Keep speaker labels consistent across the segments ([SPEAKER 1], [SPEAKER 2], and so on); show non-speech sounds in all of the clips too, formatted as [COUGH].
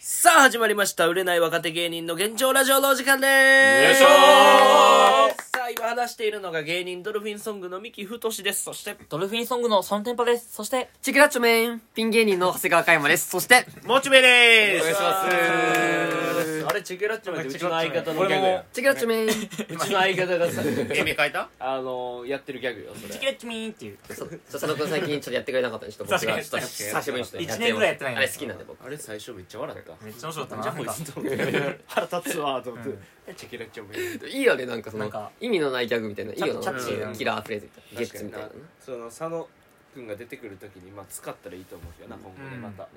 [SPEAKER 1] さあ始まりました売れない若手芸人の現状ラジオのお時間で
[SPEAKER 2] よ
[SPEAKER 1] ー
[SPEAKER 2] い
[SPEAKER 1] す
[SPEAKER 2] しょー
[SPEAKER 1] さあ今話しているのが芸人ドルフィンソングの三木太志ですそして
[SPEAKER 3] ドルフィンソングのそのテンパです。そして、
[SPEAKER 4] チキラッチョメイン、ピン芸人の長谷川嘉山です。そして、
[SPEAKER 1] モチベで
[SPEAKER 2] お願いします
[SPEAKER 1] あれチェケラッチョメってうちの相方のギャグや
[SPEAKER 4] チキラッチョメイン。
[SPEAKER 1] うちの相方が
[SPEAKER 3] [LAUGHS]
[SPEAKER 1] さ
[SPEAKER 2] 意味変えた
[SPEAKER 1] あのやってるギャグよそ
[SPEAKER 3] チ
[SPEAKER 1] れ
[SPEAKER 3] キレッチミーンっていう。
[SPEAKER 4] 佐野くん最近ちょっとやってくれなかったんで、ちょっと僕が、ちょっと久しぶりにちょっと
[SPEAKER 3] 一年ぐらいやってない
[SPEAKER 4] あれ好きなんで僕。
[SPEAKER 1] あれ最初めっちゃ笑った
[SPEAKER 3] めっちゃ面白かっ
[SPEAKER 1] じゃあ
[SPEAKER 3] たな。
[SPEAKER 1] こ
[SPEAKER 3] ないんか
[SPEAKER 1] つと思って腹立つわと思ってえチェケラッチョメ
[SPEAKER 4] いいよね、なんかそ
[SPEAKER 3] なん
[SPEAKER 4] の
[SPEAKER 3] か、
[SPEAKER 4] 意味のないギャグみたいな、いいよな、
[SPEAKER 3] キャッ
[SPEAKER 1] チーな
[SPEAKER 4] キラーフレーズみたいな、ゲッ
[SPEAKER 1] 確
[SPEAKER 4] ツみ
[SPEAKER 1] か
[SPEAKER 4] たい
[SPEAKER 1] に
[SPEAKER 4] な
[SPEAKER 1] な
[SPEAKER 4] ね。
[SPEAKER 1] その佐野君が出てくるときにまあ使ったらいいと思うよな今後ね
[SPEAKER 3] うん
[SPEAKER 1] また、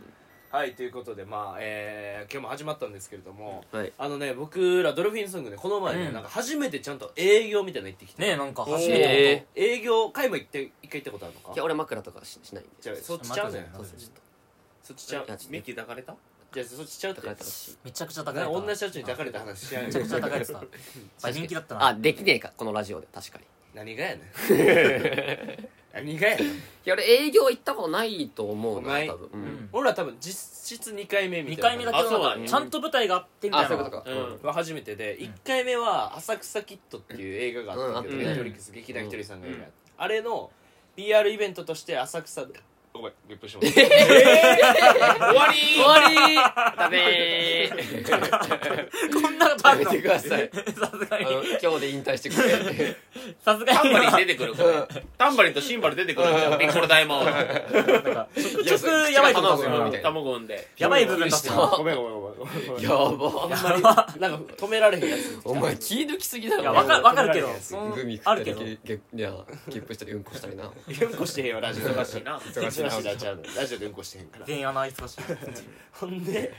[SPEAKER 1] はいということでまあ、えー今日も始まったんですけれども、
[SPEAKER 4] はい。
[SPEAKER 1] あのね僕らドルフィンソングでこの前ね、
[SPEAKER 3] うん
[SPEAKER 1] なんか初めてちゃんと営業みたいなの行ってきて
[SPEAKER 3] ねえ、なんか
[SPEAKER 1] 初
[SPEAKER 3] 初
[SPEAKER 1] め
[SPEAKER 3] め
[SPEAKER 1] て、
[SPEAKER 3] て。
[SPEAKER 1] 営業会も行って一回行ったことあるのか
[SPEAKER 4] いや、俺枕とかししないん
[SPEAKER 1] じゃあ
[SPEAKER 4] で。
[SPEAKER 1] そっちちゃうねん
[SPEAKER 3] そうそう
[SPEAKER 1] そっちちゃう
[SPEAKER 4] いやちょっと
[SPEAKER 1] ミキ抱かれたじゃあそっちちゃうって
[SPEAKER 4] だから楽しい。
[SPEAKER 3] めちゃくちゃ高い
[SPEAKER 1] な
[SPEAKER 3] から。
[SPEAKER 1] 女社長に抱かれた話しやん
[SPEAKER 3] めちゃ [LAUGHS] くちゃ高い
[SPEAKER 1] よ
[SPEAKER 3] ですか。あ、人気だったな。
[SPEAKER 4] あ、できねえか、このラジオで、確かに。い
[SPEAKER 1] 何がやねん何がやねん
[SPEAKER 4] や、俺営業行ったことないと思うな
[SPEAKER 1] ない、
[SPEAKER 4] 多分。う
[SPEAKER 3] うんん。
[SPEAKER 1] 俺ら多分実質2回目み
[SPEAKER 3] 2
[SPEAKER 1] た
[SPEAKER 3] 回
[SPEAKER 1] いな
[SPEAKER 3] 目だけど
[SPEAKER 1] あ
[SPEAKER 3] な
[SPEAKER 1] そうんだ
[SPEAKER 3] か、
[SPEAKER 1] ね
[SPEAKER 3] ちゃんと舞台があってみたいな。
[SPEAKER 4] あ、そういうことか。
[SPEAKER 1] うん、は初めてで、1回目は「浅草キッド」っていう映画があったんだけど、
[SPEAKER 4] うん
[SPEAKER 1] ネットフリックス劇団ひとりさんが映画やった、あれの PR イベントとして浅草でごめんゲップしてもらった
[SPEAKER 4] 終わり終わりだめー
[SPEAKER 3] こんなことあ
[SPEAKER 4] や
[SPEAKER 3] る
[SPEAKER 4] め
[SPEAKER 3] の
[SPEAKER 4] てください。
[SPEAKER 3] さすが
[SPEAKER 4] あ
[SPEAKER 3] に。
[SPEAKER 4] の、今日で引退してくれ。
[SPEAKER 3] さすが
[SPEAKER 2] タン
[SPEAKER 3] に。
[SPEAKER 2] バリン出てくるこれタンバリンとシンバル出てくるんだよピッコロ大魔王の
[SPEAKER 3] なんか [LAUGHS] ちょくちょくやばいとこ
[SPEAKER 4] いやそれ口が
[SPEAKER 3] だ
[SPEAKER 4] 卵みたいな
[SPEAKER 2] 卵産んで
[SPEAKER 3] やばい部分だったよ。
[SPEAKER 1] ごめんごめんごめんごめんごめん
[SPEAKER 4] やば
[SPEAKER 1] あんまりなんか止められへんやつ
[SPEAKER 4] お前気抜きすぎだろ
[SPEAKER 3] いや、わかる、わかるけど
[SPEAKER 1] うん。
[SPEAKER 3] その
[SPEAKER 4] グミ食
[SPEAKER 3] あ
[SPEAKER 4] った
[SPEAKER 3] るけ
[SPEAKER 4] り
[SPEAKER 3] ど。
[SPEAKER 4] ゲゲいやゲップしたりうんこしたりな
[SPEAKER 1] うんこしてへんよラジオ
[SPEAKER 2] 忙しいな
[SPEAKER 1] 忙
[SPEAKER 4] しいな
[SPEAKER 1] しいなちゃうのラジオでうんこしてへんから
[SPEAKER 3] 全員穴忙しい。
[SPEAKER 1] [LAUGHS] ほんで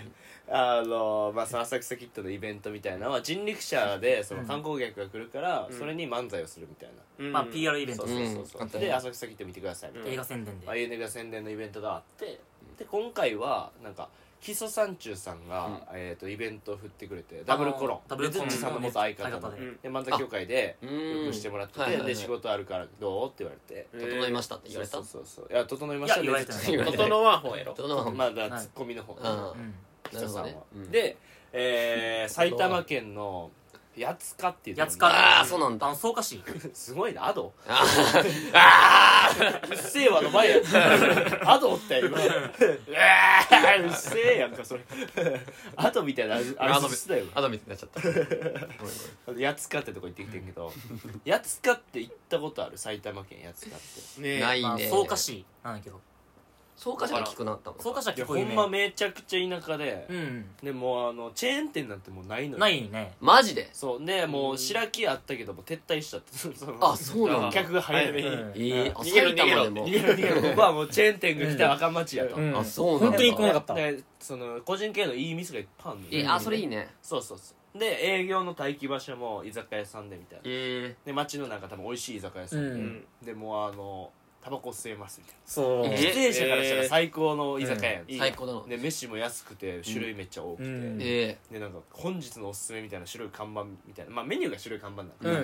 [SPEAKER 1] あのまあその浅草キッドのイベントみたいなのは人力車でその観光客が来るから、それに漫才をするみたいな、
[SPEAKER 3] まあ、PR イベン
[SPEAKER 1] そ
[SPEAKER 3] ト
[SPEAKER 1] う。そうそうそう、
[SPEAKER 4] うん
[SPEAKER 1] で浅草キッド見てくださいみたいな、
[SPEAKER 3] 映画宣伝で
[SPEAKER 1] あ。ゆねが宣伝のイベントがあってで今回はなんか木曽三中さんが、えー、とイベントを振ってくれてダブルコロン
[SPEAKER 3] ダブルコロン
[SPEAKER 1] でズッチさんの元相方の
[SPEAKER 3] 相方で
[SPEAKER 1] で漫才協会で
[SPEAKER 4] う
[SPEAKER 1] よ
[SPEAKER 4] ん
[SPEAKER 1] くしてもらってて、
[SPEAKER 4] はいはいはい
[SPEAKER 1] で仕事あるからどうって言われて、
[SPEAKER 4] 整いましたって言われた
[SPEAKER 1] そうそうそういや整いました
[SPEAKER 3] [LAUGHS] いや言われてない
[SPEAKER 1] ズッチさん
[SPEAKER 2] 整は方やろ
[SPEAKER 4] 整わん
[SPEAKER 1] まあだから
[SPEAKER 3] はい
[SPEAKER 1] ツッコミの方、
[SPEAKER 4] うん
[SPEAKER 3] うん
[SPEAKER 1] 木曽さんは、
[SPEAKER 4] なるほどねうん
[SPEAKER 1] で、えー、埼玉県の八塚っていうとこに
[SPEAKER 3] 八塚
[SPEAKER 4] ああそうなん
[SPEAKER 3] あ
[SPEAKER 4] だ
[SPEAKER 3] の、草加市。
[SPEAKER 1] すごいなアド
[SPEAKER 4] あ
[SPEAKER 1] うっせえわの前やんアドおったよ今うえーうっせえやんかそれアドみたいなあれしてたよ
[SPEAKER 4] あだみたいにな
[SPEAKER 1] [LAUGHS]
[SPEAKER 4] っちゃったごめんごめん
[SPEAKER 1] 八塚ってとこ行ってきてんけど八塚って行ったことある埼玉県八塚って
[SPEAKER 2] ね
[SPEAKER 4] ないい
[SPEAKER 3] まあ
[SPEAKER 4] ね
[SPEAKER 3] 草加市なんだけど。
[SPEAKER 4] 草加市が聞くなったもん
[SPEAKER 3] 草加市はい
[SPEAKER 1] や
[SPEAKER 3] 結構
[SPEAKER 1] ほ
[SPEAKER 3] 有
[SPEAKER 1] んま
[SPEAKER 3] 名。
[SPEAKER 1] めちゃくちゃ田舎で、
[SPEAKER 3] うん。
[SPEAKER 1] でもうあのチェーン店なんてもうないのよ
[SPEAKER 3] ないね。
[SPEAKER 4] マジで
[SPEAKER 1] そうでもう白木あったけども撤退しちゃって [LAUGHS] その
[SPEAKER 4] あそうなんだ
[SPEAKER 1] 客が早めに、
[SPEAKER 3] うん
[SPEAKER 4] えーあ
[SPEAKER 2] 逃げろ
[SPEAKER 4] 埼玉でも
[SPEAKER 1] 逃げろ逃げ [LAUGHS] ろここはもうチェーン店が来たらあかん町やと、
[SPEAKER 3] うん
[SPEAKER 4] あそうなんだ
[SPEAKER 3] 本当に来なかった
[SPEAKER 1] でその個人経営のいい店がいっぱいあるのよ
[SPEAKER 4] えーあそれいいね
[SPEAKER 1] そうそうそうで営業の待機場所も居酒屋さんでみたいな
[SPEAKER 4] え
[SPEAKER 1] で街の中多分美味しい居酒屋さんで、
[SPEAKER 3] うん
[SPEAKER 1] でもうあのタバコ吸えますみたい
[SPEAKER 3] そう
[SPEAKER 1] な
[SPEAKER 4] え
[SPEAKER 1] 出演者からしたら最高の居酒屋やん、
[SPEAKER 4] ー最高だな
[SPEAKER 1] で飯も安くて種類めっちゃ多くて、
[SPEAKER 3] うん
[SPEAKER 4] え
[SPEAKER 1] でなんか本日のおすすめみたいな白い看板みたいなまあメニューが白い看板なんだけ
[SPEAKER 3] う
[SPEAKER 1] ど、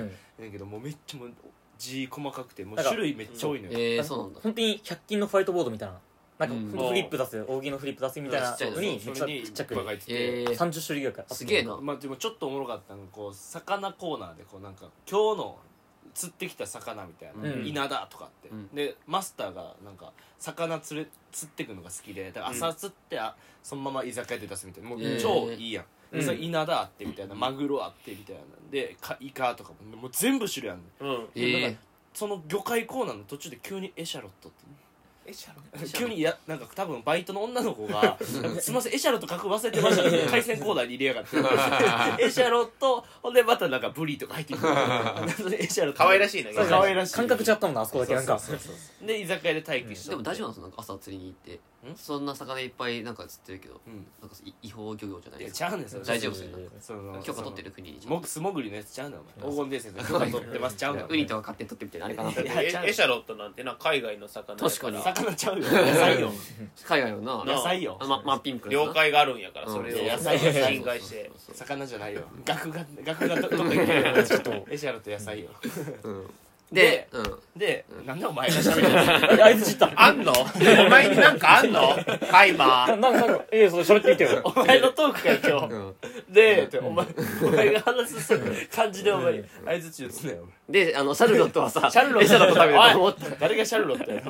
[SPEAKER 3] ん
[SPEAKER 1] だけどもうめっちゃもう字細かくてもう
[SPEAKER 3] だから
[SPEAKER 1] 種類めっちゃ多いの
[SPEAKER 4] ー
[SPEAKER 1] よ、
[SPEAKER 4] えーそうなんだ
[SPEAKER 3] 本当に100均のホワイトボードみたいななんか
[SPEAKER 4] うん
[SPEAKER 3] ほんとフリップ出す大喜利のフリップ出すみたいな
[SPEAKER 4] ちっちゃい
[SPEAKER 3] のにめっち
[SPEAKER 1] そ
[SPEAKER 3] ゃ
[SPEAKER 1] れに
[SPEAKER 3] ちっちゃく
[SPEAKER 1] バカ言ってて
[SPEAKER 4] えー
[SPEAKER 3] 30種類ぐらいから
[SPEAKER 4] すげえな
[SPEAKER 1] まあ、でもちょっとおもろかったのがこう魚コーナーでこうなんか今日の釣ってきた魚みたいな、
[SPEAKER 3] うん
[SPEAKER 1] 稲田とかって、
[SPEAKER 4] うん
[SPEAKER 1] でマスターがなんか魚釣れ釣ってくのが好きでだから朝釣って、あそのまま居酒屋で出すみたいなもう
[SPEAKER 4] えー
[SPEAKER 1] 超いいやん、
[SPEAKER 3] うん
[SPEAKER 1] でそれ稲田あってみたいなマグロあってみたいなんでかイカとかももう全部種類あるのよ
[SPEAKER 2] うん
[SPEAKER 4] え
[SPEAKER 1] なん
[SPEAKER 4] ー
[SPEAKER 1] かその魚介コーナーの途中で急にエシャロットってね
[SPEAKER 2] えしゃろ
[SPEAKER 1] [LAUGHS] 急にやなんか多分バイトの女の子
[SPEAKER 4] [LAUGHS]
[SPEAKER 1] が「すいませんエシャロット書く忘れてました」って海鮮コーナーに入れやがって
[SPEAKER 4] [LAUGHS]
[SPEAKER 1] エシャロットほんでまたなんかブリとか入ってくる
[SPEAKER 4] [LAUGHS]
[SPEAKER 1] エシャロット
[SPEAKER 2] 可愛ら
[SPEAKER 1] し
[SPEAKER 2] しいね
[SPEAKER 1] そう可愛らしい
[SPEAKER 3] 感覚違ったもんなあそこだけなんか
[SPEAKER 1] いで居酒屋で待機しと
[SPEAKER 4] でも
[SPEAKER 1] って
[SPEAKER 4] 大丈夫なんですかなんか朝釣りに行って
[SPEAKER 1] ん
[SPEAKER 4] そんな魚いっぱいなんか釣ってるけど
[SPEAKER 1] うん
[SPEAKER 4] なんかい違法漁業じゃな
[SPEAKER 1] い
[SPEAKER 4] いで
[SPEAKER 1] や
[SPEAKER 4] す
[SPEAKER 1] ちゃうねんそれ
[SPEAKER 4] 大丈夫ですよなんか
[SPEAKER 1] その
[SPEAKER 4] 許可取ってる国に
[SPEAKER 1] そのも素潜りのやつちゃうねんお前黄金伝説の
[SPEAKER 4] [LAUGHS]
[SPEAKER 1] 許可取ってますちゃうねん
[SPEAKER 4] ウニとか勝手に取ってみたいなあれかな
[SPEAKER 1] やちゃう
[SPEAKER 2] エシャロットなんてな海外の魚や
[SPEAKER 4] 確かに
[SPEAKER 1] 魚ちゃうよ野菜
[SPEAKER 4] [LAUGHS]
[SPEAKER 1] よ
[SPEAKER 4] 海外の
[SPEAKER 1] 野
[SPEAKER 4] な
[SPEAKER 1] 菜よ
[SPEAKER 4] あままピンクのやつ
[SPEAKER 2] 了
[SPEAKER 4] な
[SPEAKER 2] 解があるんやから
[SPEAKER 4] うん
[SPEAKER 2] それ
[SPEAKER 1] いや
[SPEAKER 2] を
[SPEAKER 1] 野菜野菜
[SPEAKER 2] 侵害して
[SPEAKER 4] そうそう
[SPEAKER 1] 魚じゃないよ額が額がどっか行ってる
[SPEAKER 3] ちょっと
[SPEAKER 1] エシャロット野菜よ
[SPEAKER 4] そううんで、うん。
[SPEAKER 1] で、なんでお前が喋る
[SPEAKER 3] えあいつ知った
[SPEAKER 2] あんのお前になんかあ [LAUGHS] んのタイマ
[SPEAKER 3] な
[SPEAKER 2] ー。
[SPEAKER 3] なんかなんかええそれそれって言ってよ
[SPEAKER 1] [LAUGHS] お前のトークかよ、
[SPEAKER 4] う
[SPEAKER 1] 今
[SPEAKER 4] ん
[SPEAKER 1] 日。で、ってお前、お前が話す感じでお前、あいつち打つねよ。
[SPEAKER 4] で、あの、シャルロットはさ、
[SPEAKER 1] シャルロッ
[SPEAKER 4] エシャ
[SPEAKER 1] ト
[SPEAKER 4] ロット食べてると思っ
[SPEAKER 1] 誰がシャルロットや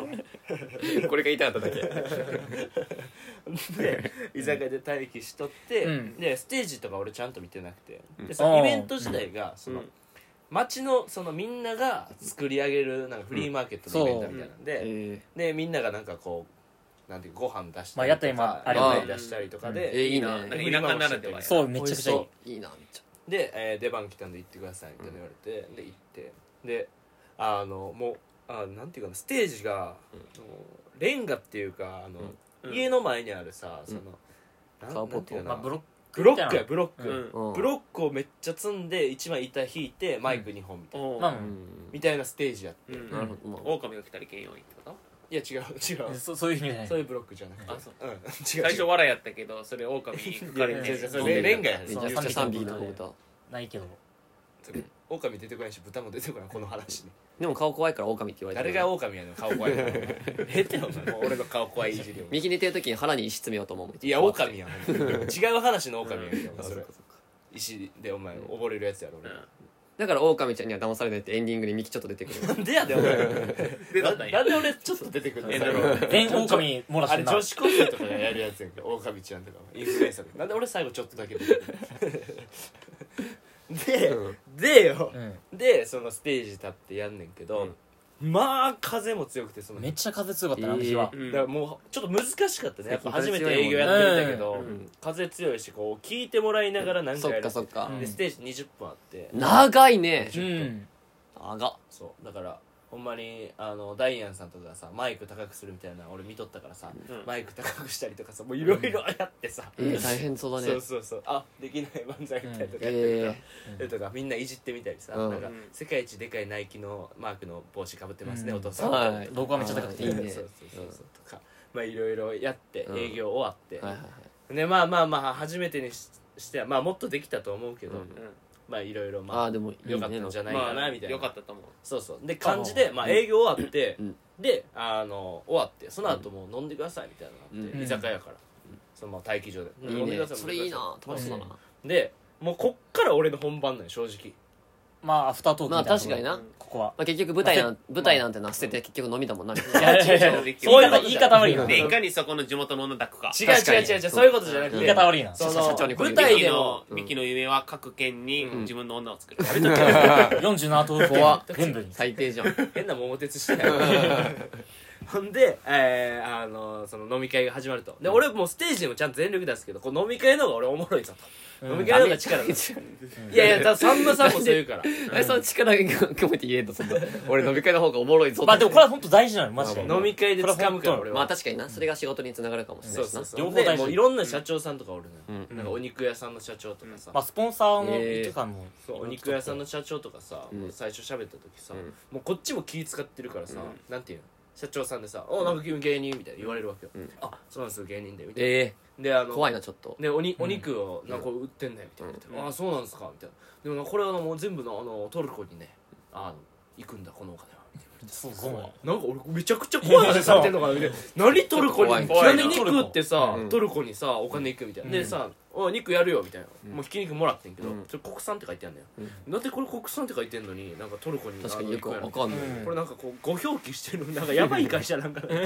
[SPEAKER 1] ろ
[SPEAKER 4] [LAUGHS] た。これが言いたかっただけ。
[SPEAKER 1] で、居酒屋で待機しとって、
[SPEAKER 3] うん
[SPEAKER 1] で、ステージとか俺ちゃんと見てなくて。で、そ
[SPEAKER 3] あ
[SPEAKER 1] の
[SPEAKER 3] ー
[SPEAKER 1] イベント自体が、その、街の、そのみんなが作り上げる、なんかフリーマーケットのイベントみたいなんで、
[SPEAKER 4] え
[SPEAKER 1] で、みんながなんかこう、なんていうかご飯出した
[SPEAKER 3] まあ
[SPEAKER 1] り
[SPEAKER 3] 屋
[SPEAKER 1] と
[SPEAKER 3] 台も
[SPEAKER 1] か
[SPEAKER 3] あ、
[SPEAKER 4] ればね
[SPEAKER 1] 料理出したりとか
[SPEAKER 4] ー
[SPEAKER 1] で、
[SPEAKER 4] え、いいな。
[SPEAKER 2] なんか田舎ならではや。
[SPEAKER 3] そうめちゃくちゃいい
[SPEAKER 4] いいな、めっちゃ。
[SPEAKER 1] で、えー出番来たんで行ってくださいみたいな言われて、で行ってであのもうあなんていうかなステージが、あのレンガっていうかあの、
[SPEAKER 2] うん
[SPEAKER 1] 家の前にあるさその、なん
[SPEAKER 4] カーポ
[SPEAKER 1] な
[SPEAKER 4] ット
[SPEAKER 1] んていうかな
[SPEAKER 3] まあブロッ
[SPEAKER 1] ブ
[SPEAKER 3] ク
[SPEAKER 1] ロックやブロック、
[SPEAKER 3] う
[SPEAKER 4] うん
[SPEAKER 1] ブロックをめっちゃ積んで1枚板引いてマイク2本みたいな、
[SPEAKER 2] お
[SPEAKER 3] まあ
[SPEAKER 4] うん
[SPEAKER 1] みたいなステージやって
[SPEAKER 2] うん
[SPEAKER 4] なるほど。まあ
[SPEAKER 2] 狼が来たり剣要員ってこと
[SPEAKER 1] いや違う [LAUGHS] 違う、
[SPEAKER 3] そそういう意味じゃない
[SPEAKER 1] そういうブロックじゃなくて
[SPEAKER 2] あそう
[SPEAKER 1] [LAUGHS] 、
[SPEAKER 2] ん
[SPEAKER 1] 違う
[SPEAKER 2] 最初
[SPEAKER 1] 違う
[SPEAKER 2] 笑いやったけどそれ狼に行かれ
[SPEAKER 3] いや
[SPEAKER 2] て
[SPEAKER 3] いやいや
[SPEAKER 1] それレンガや
[SPEAKER 4] め
[SPEAKER 1] ね
[SPEAKER 4] ちゃくちゃ賛美な思った。
[SPEAKER 3] ないけど
[SPEAKER 1] 狼出てこないし豚も出てこないこの話ね
[SPEAKER 4] でも顔怖いから狼って言われ
[SPEAKER 1] 誰
[SPEAKER 4] て
[SPEAKER 1] が狼やねん顔怖いからえってお前もう俺の顔怖いいじりを
[SPEAKER 4] 右寝てる時に腹に石詰めようと思うもん
[SPEAKER 1] いや、狼やん。ほんまに違う話の狼やんけ。お前
[SPEAKER 4] あそ
[SPEAKER 1] そ
[SPEAKER 4] っ
[SPEAKER 1] れ
[SPEAKER 4] かそっか
[SPEAKER 1] 石でお前溺れるやつやろ。俺
[SPEAKER 4] だから狼ちゃんには騙されないってエンディングにミキちょっと出てく
[SPEAKER 1] [LAUGHS]
[SPEAKER 4] る
[SPEAKER 1] なんでやでお前。
[SPEAKER 2] 出たん
[SPEAKER 1] な
[SPEAKER 2] や
[SPEAKER 1] んで俺ちょっと出てくるの
[SPEAKER 2] エンドロ
[SPEAKER 1] [LAUGHS]
[SPEAKER 2] ール
[SPEAKER 3] 全狼漏らし
[SPEAKER 1] あ
[SPEAKER 3] て
[SPEAKER 1] れ
[SPEAKER 3] んな
[SPEAKER 1] 女子高生とかがやるやつやんけ。狼ちゃんとかインフルエンサーで。なんで俺最後ちょっとだけ出てく [LAUGHS] るで、でよ
[SPEAKER 3] う。ん
[SPEAKER 1] で、そのステージ立ってやんねんけど、まあ風も強くてその
[SPEAKER 3] めっちゃ風強かったなあの
[SPEAKER 4] いい
[SPEAKER 3] 日は
[SPEAKER 2] うん
[SPEAKER 1] だからもうちょっと難しかったねやっぱ初めて営業やってみたけど、
[SPEAKER 4] ん
[SPEAKER 1] 風強いしこう聞いてもらいながら何か
[SPEAKER 4] そ
[SPEAKER 1] や
[SPEAKER 4] っ
[SPEAKER 1] る
[SPEAKER 4] かそっか
[SPEAKER 3] うん
[SPEAKER 1] でステージ20分あって
[SPEAKER 4] 長いね
[SPEAKER 3] う
[SPEAKER 1] ょっと
[SPEAKER 3] ん
[SPEAKER 4] 長っ
[SPEAKER 1] そうだからほんまにあのダイアンさんとかがさマイク高くするみたいなの俺見とったからさ、
[SPEAKER 2] うん
[SPEAKER 1] マイク高くしたりとかさもういろいろやってさ、
[SPEAKER 4] えー大変そうだ
[SPEAKER 1] そ
[SPEAKER 4] ね
[SPEAKER 1] うそうそうあできない漫才みたいなとかやったりとか
[SPEAKER 4] え,、
[SPEAKER 1] とかみんないじってみたりさ、
[SPEAKER 4] うん
[SPEAKER 1] なんか
[SPEAKER 2] うん
[SPEAKER 1] 世界一でかいナイキのマークの帽子かぶってますね、
[SPEAKER 3] うん
[SPEAKER 1] お父さ
[SPEAKER 4] ー、
[SPEAKER 1] ん、
[SPEAKER 4] はい
[SPEAKER 3] 僕はめっちゃ高くて
[SPEAKER 4] いいね
[SPEAKER 1] そうそうそうそうとかまあいろいろやって
[SPEAKER 4] うん
[SPEAKER 1] 営業終わって、
[SPEAKER 4] はいはいはい
[SPEAKER 1] でまあまあまあ初めてにししてはまあもっとできたと思うけど、
[SPEAKER 4] うん
[SPEAKER 1] まあいろいろま
[SPEAKER 4] あ
[SPEAKER 1] あ
[SPEAKER 4] あーでもいい
[SPEAKER 1] 良かった
[SPEAKER 4] ね
[SPEAKER 1] んじゃ
[SPEAKER 2] う
[SPEAKER 1] なんいかなみたいな、
[SPEAKER 2] よかったと思う
[SPEAKER 1] そうそうで感じでまあ営業終わって、
[SPEAKER 4] うん
[SPEAKER 1] であの終わってその後もう飲んでくださいみたいなのがあって、
[SPEAKER 3] うん
[SPEAKER 1] 居酒屋から、そのまあ待機場で、
[SPEAKER 4] いい
[SPEAKER 1] 飲んで
[SPEAKER 4] ね
[SPEAKER 1] ください
[SPEAKER 4] それいいな
[SPEAKER 1] 飲ん
[SPEAKER 4] 楽
[SPEAKER 1] でください
[SPEAKER 4] しそうだな
[SPEAKER 1] でもうこっから俺の本番なのよ正直
[SPEAKER 3] まあアフタートーク
[SPEAKER 4] まあ
[SPEAKER 3] みたいな
[SPEAKER 4] 確かにな、ま
[SPEAKER 3] ここは
[SPEAKER 4] あ、結局舞台
[SPEAKER 3] ま
[SPEAKER 4] な
[SPEAKER 3] あ
[SPEAKER 4] ん舞台なんてな捨てて結局飲みだもんなみたい
[SPEAKER 3] い
[SPEAKER 4] な
[SPEAKER 3] やいやいや
[SPEAKER 2] 違う違う
[SPEAKER 3] 言い方言い方悪いな
[SPEAKER 2] でいかにそこの地元の女抱くか
[SPEAKER 1] 違う
[SPEAKER 4] 確か
[SPEAKER 1] 違う
[SPEAKER 4] に
[SPEAKER 1] 違う違うそういうことじゃなくて
[SPEAKER 3] 言い方悪いな
[SPEAKER 1] その
[SPEAKER 4] 社長にこれ
[SPEAKER 1] 舞
[SPEAKER 4] 言う
[SPEAKER 1] 台
[SPEAKER 2] ミキ
[SPEAKER 1] でも
[SPEAKER 2] のミキの夢は各県に自分の女を作る
[SPEAKER 3] 47都道府
[SPEAKER 4] 怖
[SPEAKER 3] 県
[SPEAKER 4] っ
[SPEAKER 3] 全部に
[SPEAKER 4] [LAUGHS] 最低じゃん
[SPEAKER 1] 変な桃鉄してない [LAUGHS] ほんで、えーあのその飲み会が始まるとで、俺もうステージでもちゃんと全力出すけどこう飲み会の方が俺おもろいぞと、飲み会の方が力がいやいやたださんまさんもそう言うから
[SPEAKER 4] えその力が込めて言えんとそんな俺飲み会の方がおもろいぞ
[SPEAKER 3] まあでもこれは本当大事なのマジで
[SPEAKER 1] 飲み会で掴むから俺は、
[SPEAKER 4] まあ確かになそれが仕事につながるかもしれ
[SPEAKER 1] そう
[SPEAKER 4] ないし
[SPEAKER 1] そ
[SPEAKER 4] な
[SPEAKER 1] うそう
[SPEAKER 3] 両方
[SPEAKER 1] で
[SPEAKER 3] 大事
[SPEAKER 1] もういろんな社長さんとかおるのよ、
[SPEAKER 4] う
[SPEAKER 1] なんかお肉屋さんの社長とかさ、
[SPEAKER 3] まあスポンサーの
[SPEAKER 4] えー
[SPEAKER 3] 一間も
[SPEAKER 1] そうお肉屋さんの社長とかさ、
[SPEAKER 4] ん
[SPEAKER 1] もう最初喋った時さ、
[SPEAKER 4] うん
[SPEAKER 1] もうこっちも気使ってるからさ、なんていうの社長さんでさ「おなんか君芸人」みたいな言われるわけよ「
[SPEAKER 4] ん
[SPEAKER 1] あそうなんですよ芸人で」みたいな、
[SPEAKER 4] え
[SPEAKER 1] であ
[SPEAKER 4] ー、
[SPEAKER 1] の
[SPEAKER 4] 怖いなちょっと
[SPEAKER 1] でおにお肉をなんか売ってんねみたいな、ああそうなんですかみたいなでもなこれはもう全部のあのトルコにねあの行くんだこのお金はみたい
[SPEAKER 3] そうそうなんや
[SPEAKER 1] ななんか俺めちゃくちゃ怖い話されてんのかなみたいな何トルコに
[SPEAKER 4] 怖い
[SPEAKER 2] 怖い
[SPEAKER 1] なんで肉売ってさ
[SPEAKER 4] うん
[SPEAKER 1] トルコにさお金行くみたいな、でさお肉やるよみたいな、もうひき肉もらってんけど、それ国産って書いてあるんだよ、だってこれ国産って書いてんのになんかトルコに
[SPEAKER 4] 確か
[SPEAKER 1] あ
[SPEAKER 4] に
[SPEAKER 1] の
[SPEAKER 4] よく
[SPEAKER 1] 肉やる
[SPEAKER 4] わかんない、
[SPEAKER 3] うん
[SPEAKER 1] これなんかこうご表記してるなんかやばい会社なんかななん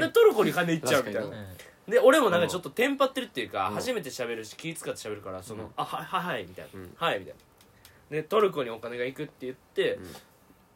[SPEAKER 1] でトルコに金いっちゃうみたい
[SPEAKER 4] 確
[SPEAKER 1] な
[SPEAKER 4] かに
[SPEAKER 1] で俺もなんかちょっとテンパってるっていうか、初めて喋るし気使って喋るからその「あはいはいはい」みたいな「
[SPEAKER 4] うん
[SPEAKER 1] はい」みたいなでトルコにお金が行くって言って、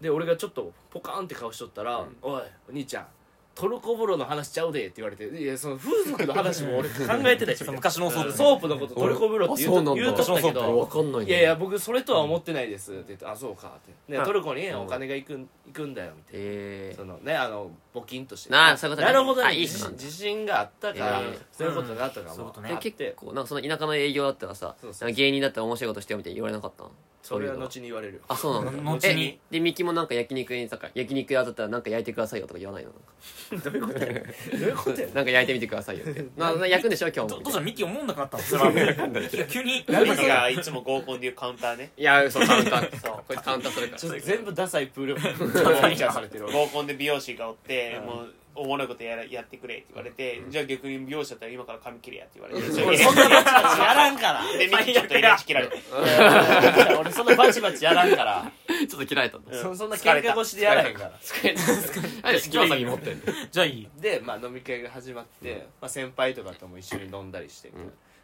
[SPEAKER 1] で俺がちょっとポカーンって顔しとったら「おいお兄ちゃんトルコ風呂の話ちゃうで」って言われて「いやその風俗の話も俺考えてたし
[SPEAKER 3] ちょっと」昔のソープ
[SPEAKER 1] ソープのことトルコ風呂って言うと
[SPEAKER 4] 俺
[SPEAKER 1] 言うと
[SPEAKER 4] あ
[SPEAKER 1] っ
[SPEAKER 4] そ
[SPEAKER 1] たけ
[SPEAKER 4] 俺わ
[SPEAKER 1] ど
[SPEAKER 4] かんない
[SPEAKER 1] いやいや僕それとは思ってないですって言って「あそうか」って、ね、
[SPEAKER 2] うん
[SPEAKER 1] トルコにお金が行くん行くんだよみたいな。
[SPEAKER 4] え
[SPEAKER 1] そのねあの募金として
[SPEAKER 4] なあそういうことね
[SPEAKER 1] なるほど
[SPEAKER 4] あ
[SPEAKER 1] ね
[SPEAKER 4] いいっ
[SPEAKER 1] 自
[SPEAKER 4] す
[SPEAKER 1] 信自信があったから
[SPEAKER 4] ええ
[SPEAKER 1] そういうことになったか
[SPEAKER 3] うんそういう
[SPEAKER 1] も
[SPEAKER 3] こと
[SPEAKER 4] ー、
[SPEAKER 3] ね
[SPEAKER 4] で結構なんかその田舎の営業だったらさ
[SPEAKER 1] そうそう
[SPEAKER 4] なんか芸人だったら面白いことしてよみたいに言われなかったの
[SPEAKER 1] それは後に言われるよ
[SPEAKER 4] あそうなんだ
[SPEAKER 3] 後に
[SPEAKER 4] えでミキもなんか焼肉屋にさ焼肉屋だったらなんか焼いてくださいよとか言わないの
[SPEAKER 1] [LAUGHS] どういうことやねんどういうことやねん
[SPEAKER 4] なんか焼いてみてくださいよ
[SPEAKER 1] [LAUGHS]
[SPEAKER 4] ってなな焼くんでしょ今日
[SPEAKER 3] ど
[SPEAKER 4] も
[SPEAKER 3] どうしたミキ思んなくなったのそれはミキが急に
[SPEAKER 2] ミキがいつも合コンでいうカウンターね
[SPEAKER 4] いやそうカウンタ
[SPEAKER 1] [LAUGHS]
[SPEAKER 4] ーこいつカウンターするか
[SPEAKER 1] ちょっと全部ダサい
[SPEAKER 4] [LAUGHS]
[SPEAKER 1] プール
[SPEAKER 2] サい
[SPEAKER 1] チャーされてる
[SPEAKER 2] 合コンで美容師がおって、
[SPEAKER 1] うん
[SPEAKER 2] もうおもろいことやらやってくれって言われて、じゃあ逆に美容師だったら今から髪切れやって言われて、それで
[SPEAKER 3] そんなバチバチやらんから
[SPEAKER 2] ミキちょっとイラチ切られて
[SPEAKER 3] 俺そんなバチバチやらんから
[SPEAKER 4] らちょっと嫌いだった
[SPEAKER 2] うん
[SPEAKER 1] そそんな喧嘩腰でやらへんから
[SPEAKER 4] なんで隙間先持ってんの
[SPEAKER 3] じゃあいい
[SPEAKER 1] で、まあ、飲み会が始まって、まあ、先輩とかとも一緒に飲んだりして、
[SPEAKER 4] ん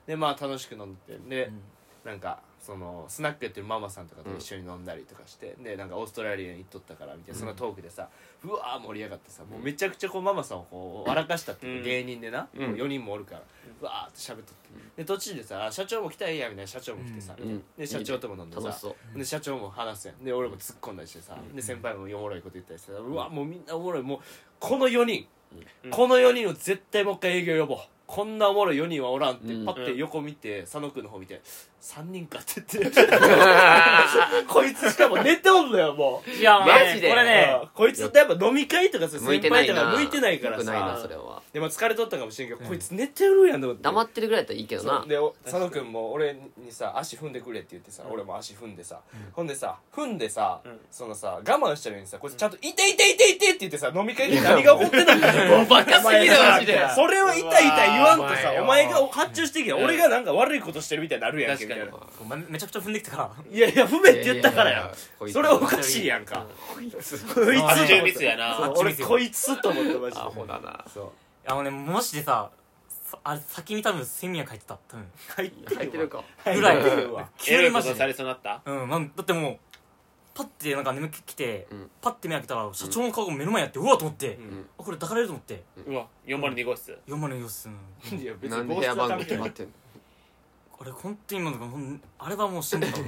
[SPEAKER 1] でまあ楽しく飲んでてで、なんかそのスナックやってるママさんとかと一緒に飲んだりとかして、でなんかオーストラリアに行っとったからみたいなそのトークでさ、うわー盛り上がってさもうめちゃくちゃこうママさんをこう笑かしたっていうか
[SPEAKER 2] うん
[SPEAKER 1] 芸人でな、
[SPEAKER 4] うん
[SPEAKER 1] もう4人もおるから、うわーって喋っとってで途中でさあ社長も来たらいいやみたいな社長も来てさ、
[SPEAKER 4] うんうん
[SPEAKER 1] で社長とも飲んでさ
[SPEAKER 4] 楽しそ
[SPEAKER 1] で社長も話すやんで俺も突っ込んだりしてさ、で先輩もおもろいこと言ったりしてさうわもうみんなおもろいもうこの4人、
[SPEAKER 2] うん
[SPEAKER 1] この4人を絶対もう一回営業呼ぼうこんなおもろい4人はおらんって、
[SPEAKER 4] うん
[SPEAKER 1] パッて横見て佐野君の方見て3人かって言って
[SPEAKER 4] [LAUGHS]
[SPEAKER 1] [LAUGHS] こいつしかも寝ておんのよもう
[SPEAKER 3] いや
[SPEAKER 4] マジで
[SPEAKER 3] これね
[SPEAKER 1] うんこいつやっぱ飲み会とかさ
[SPEAKER 4] 向い
[SPEAKER 1] 先
[SPEAKER 4] てな
[SPEAKER 1] 輩
[SPEAKER 4] い
[SPEAKER 1] とか
[SPEAKER 4] な
[SPEAKER 1] 向いてないから
[SPEAKER 4] 良くないなそ
[SPEAKER 1] さ
[SPEAKER 4] れは
[SPEAKER 1] でも疲れとったかもしれんけど、こいつ寝てるやんと思って
[SPEAKER 4] 黙ってるぐらいだったらいいけど
[SPEAKER 1] そ
[SPEAKER 4] な
[SPEAKER 1] うでお佐野君も俺にさ足踏んでくれって言ってさ、俺も足踏んでさ、ほんでさ踏んでさ、
[SPEAKER 2] ん
[SPEAKER 1] そのさ我慢してるのにさこいつちゃんと「痛い痛い痛い痛い」って言ってさ飲み会で何が起こってたんだよ
[SPEAKER 4] バカすぎだよマジで
[SPEAKER 1] それを痛い痛い言わんとさ
[SPEAKER 4] うわ
[SPEAKER 1] お前
[SPEAKER 4] お前
[SPEAKER 1] が発注してきた俺がなんか悪いことしてるみたいになるやんけ
[SPEAKER 4] 確
[SPEAKER 1] みたい
[SPEAKER 4] かに
[SPEAKER 1] な
[SPEAKER 3] お前めちゃくちゃ踏んできたから
[SPEAKER 1] いやいや不便って言ったから
[SPEAKER 4] いやい
[SPEAKER 1] や
[SPEAKER 4] やこいつ
[SPEAKER 1] それはおかしいやんかこいつ
[SPEAKER 3] あ
[SPEAKER 2] 80密やな
[SPEAKER 1] そう
[SPEAKER 3] あっち
[SPEAKER 1] 俺
[SPEAKER 3] 見てよ
[SPEAKER 1] こいつと思ってマジ
[SPEAKER 4] アホ
[SPEAKER 1] で
[SPEAKER 4] だな
[SPEAKER 1] そう
[SPEAKER 3] あのねもしでささあれ先に多分セミが書いてた多分
[SPEAKER 1] 入って
[SPEAKER 4] 入ってるか
[SPEAKER 3] ぐらい
[SPEAKER 1] 入ってるわ
[SPEAKER 2] エ
[SPEAKER 3] 急
[SPEAKER 2] ロ
[SPEAKER 3] に
[SPEAKER 2] いこ
[SPEAKER 3] マ
[SPEAKER 2] と
[SPEAKER 3] ジ
[SPEAKER 2] され
[SPEAKER 3] で
[SPEAKER 2] そうになった
[SPEAKER 3] うんなんだってもうパッてなんか眠気きて
[SPEAKER 4] うん
[SPEAKER 3] パッて目開けたら社長の顔が目の前にあってうわと思って
[SPEAKER 1] ん
[SPEAKER 3] あこれ抱かれると思って
[SPEAKER 2] うわ402号室
[SPEAKER 3] 4万の様子
[SPEAKER 1] いや別
[SPEAKER 4] な
[SPEAKER 1] に
[SPEAKER 4] んで
[SPEAKER 1] 帽
[SPEAKER 4] 部
[SPEAKER 1] 子
[SPEAKER 4] 屋
[SPEAKER 1] の
[SPEAKER 4] 番
[SPEAKER 1] た
[SPEAKER 4] 号
[SPEAKER 1] め
[SPEAKER 4] 決
[SPEAKER 1] に
[SPEAKER 4] まってんの
[SPEAKER 3] あれ本当に今のがほんあれはもう死んでたわ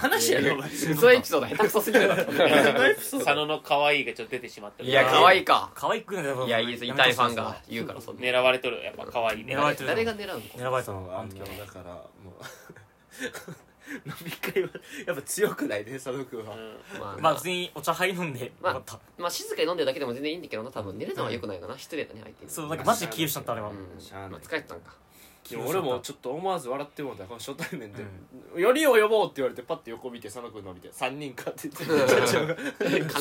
[SPEAKER 1] 話やねんお前
[SPEAKER 4] 嘘エピソード下手く [LAUGHS] そすぎるだろ
[SPEAKER 2] 佐野の可愛いがちょっと出てしまった
[SPEAKER 4] いや可愛いか
[SPEAKER 3] 可愛くない
[SPEAKER 4] いやいいです痛いファンが言うからそんな
[SPEAKER 2] 狙われとるやっぱ可愛いね
[SPEAKER 3] 狙われてる
[SPEAKER 4] 誰が狙うの
[SPEAKER 3] 狙われた
[SPEAKER 1] そ
[SPEAKER 3] の
[SPEAKER 1] うあ
[SPEAKER 3] あ
[SPEAKER 1] ん
[SPEAKER 3] の
[SPEAKER 1] た
[SPEAKER 3] 時
[SPEAKER 1] もだからもう飲み会はやっぱ強くないね佐野君は、
[SPEAKER 2] うん
[SPEAKER 4] ま
[SPEAKER 3] まあ普通にお茶入るんでよ
[SPEAKER 4] まあ
[SPEAKER 3] かった
[SPEAKER 4] まあ静かに飲んでるだけでも全然いいんだけどな多分寝るのは良くないかな失礼だね相手に
[SPEAKER 3] そうなんかマジで消えしちゃったあれは
[SPEAKER 4] うん
[SPEAKER 1] しゃあない
[SPEAKER 4] まあ疲れてたんか
[SPEAKER 1] でも俺もちょっと思わず笑ってもうたこの初対面で「
[SPEAKER 3] う
[SPEAKER 1] よりを呼ぼう」って言われてパッて横 [LAUGHS] 見て佐野君の見て「3人か」って言って [LAUGHS] 社長が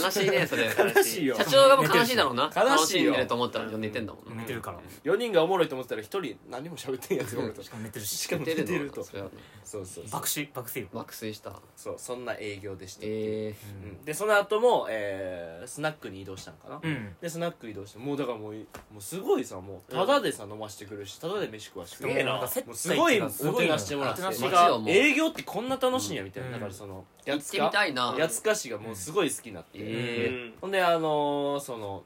[SPEAKER 4] 悲しいねそれ社
[SPEAKER 1] 悲しいよ
[SPEAKER 4] 長がもう悲しいだろうな
[SPEAKER 1] 悲しいよ
[SPEAKER 4] 楽しんでると思ったら寝てんだもんな
[SPEAKER 3] 寝てるから
[SPEAKER 1] 4人がおもろいと思ってたら1人何も喋ってんやつがおると
[SPEAKER 3] しかも寝てるし
[SPEAKER 1] [LAUGHS] しかも出
[SPEAKER 4] 寝て
[SPEAKER 1] て
[SPEAKER 4] るの
[SPEAKER 1] ると
[SPEAKER 4] それは
[SPEAKER 1] そうそうそう
[SPEAKER 3] 爆睡爆睡
[SPEAKER 4] 爆睡した
[SPEAKER 1] そうそんな営業でした
[SPEAKER 4] ええ
[SPEAKER 1] うんでその後も、えースナックに移動したんかな、
[SPEAKER 3] うん
[SPEAKER 1] でスナック移動してもうだからもういもうすごいさもうただでさ飲ましてくれるしただで飯食わしてくれる
[SPEAKER 2] えな
[SPEAKER 3] なんか接
[SPEAKER 1] もう
[SPEAKER 3] 待
[SPEAKER 1] すごい
[SPEAKER 3] が
[SPEAKER 1] すごいなしてもらって
[SPEAKER 3] おてなし
[SPEAKER 1] 私
[SPEAKER 3] が
[SPEAKER 4] 街
[SPEAKER 1] が
[SPEAKER 4] をもう
[SPEAKER 1] 営業ってこんな楽しいんやみたいな、
[SPEAKER 3] うん
[SPEAKER 1] だからその
[SPEAKER 4] 行
[SPEAKER 1] や
[SPEAKER 4] っ
[SPEAKER 1] つ
[SPEAKER 4] てみ
[SPEAKER 1] か
[SPEAKER 4] たいな
[SPEAKER 1] やつかしがもうすごい好きになって、
[SPEAKER 4] うん
[SPEAKER 1] えーほんであのー、その、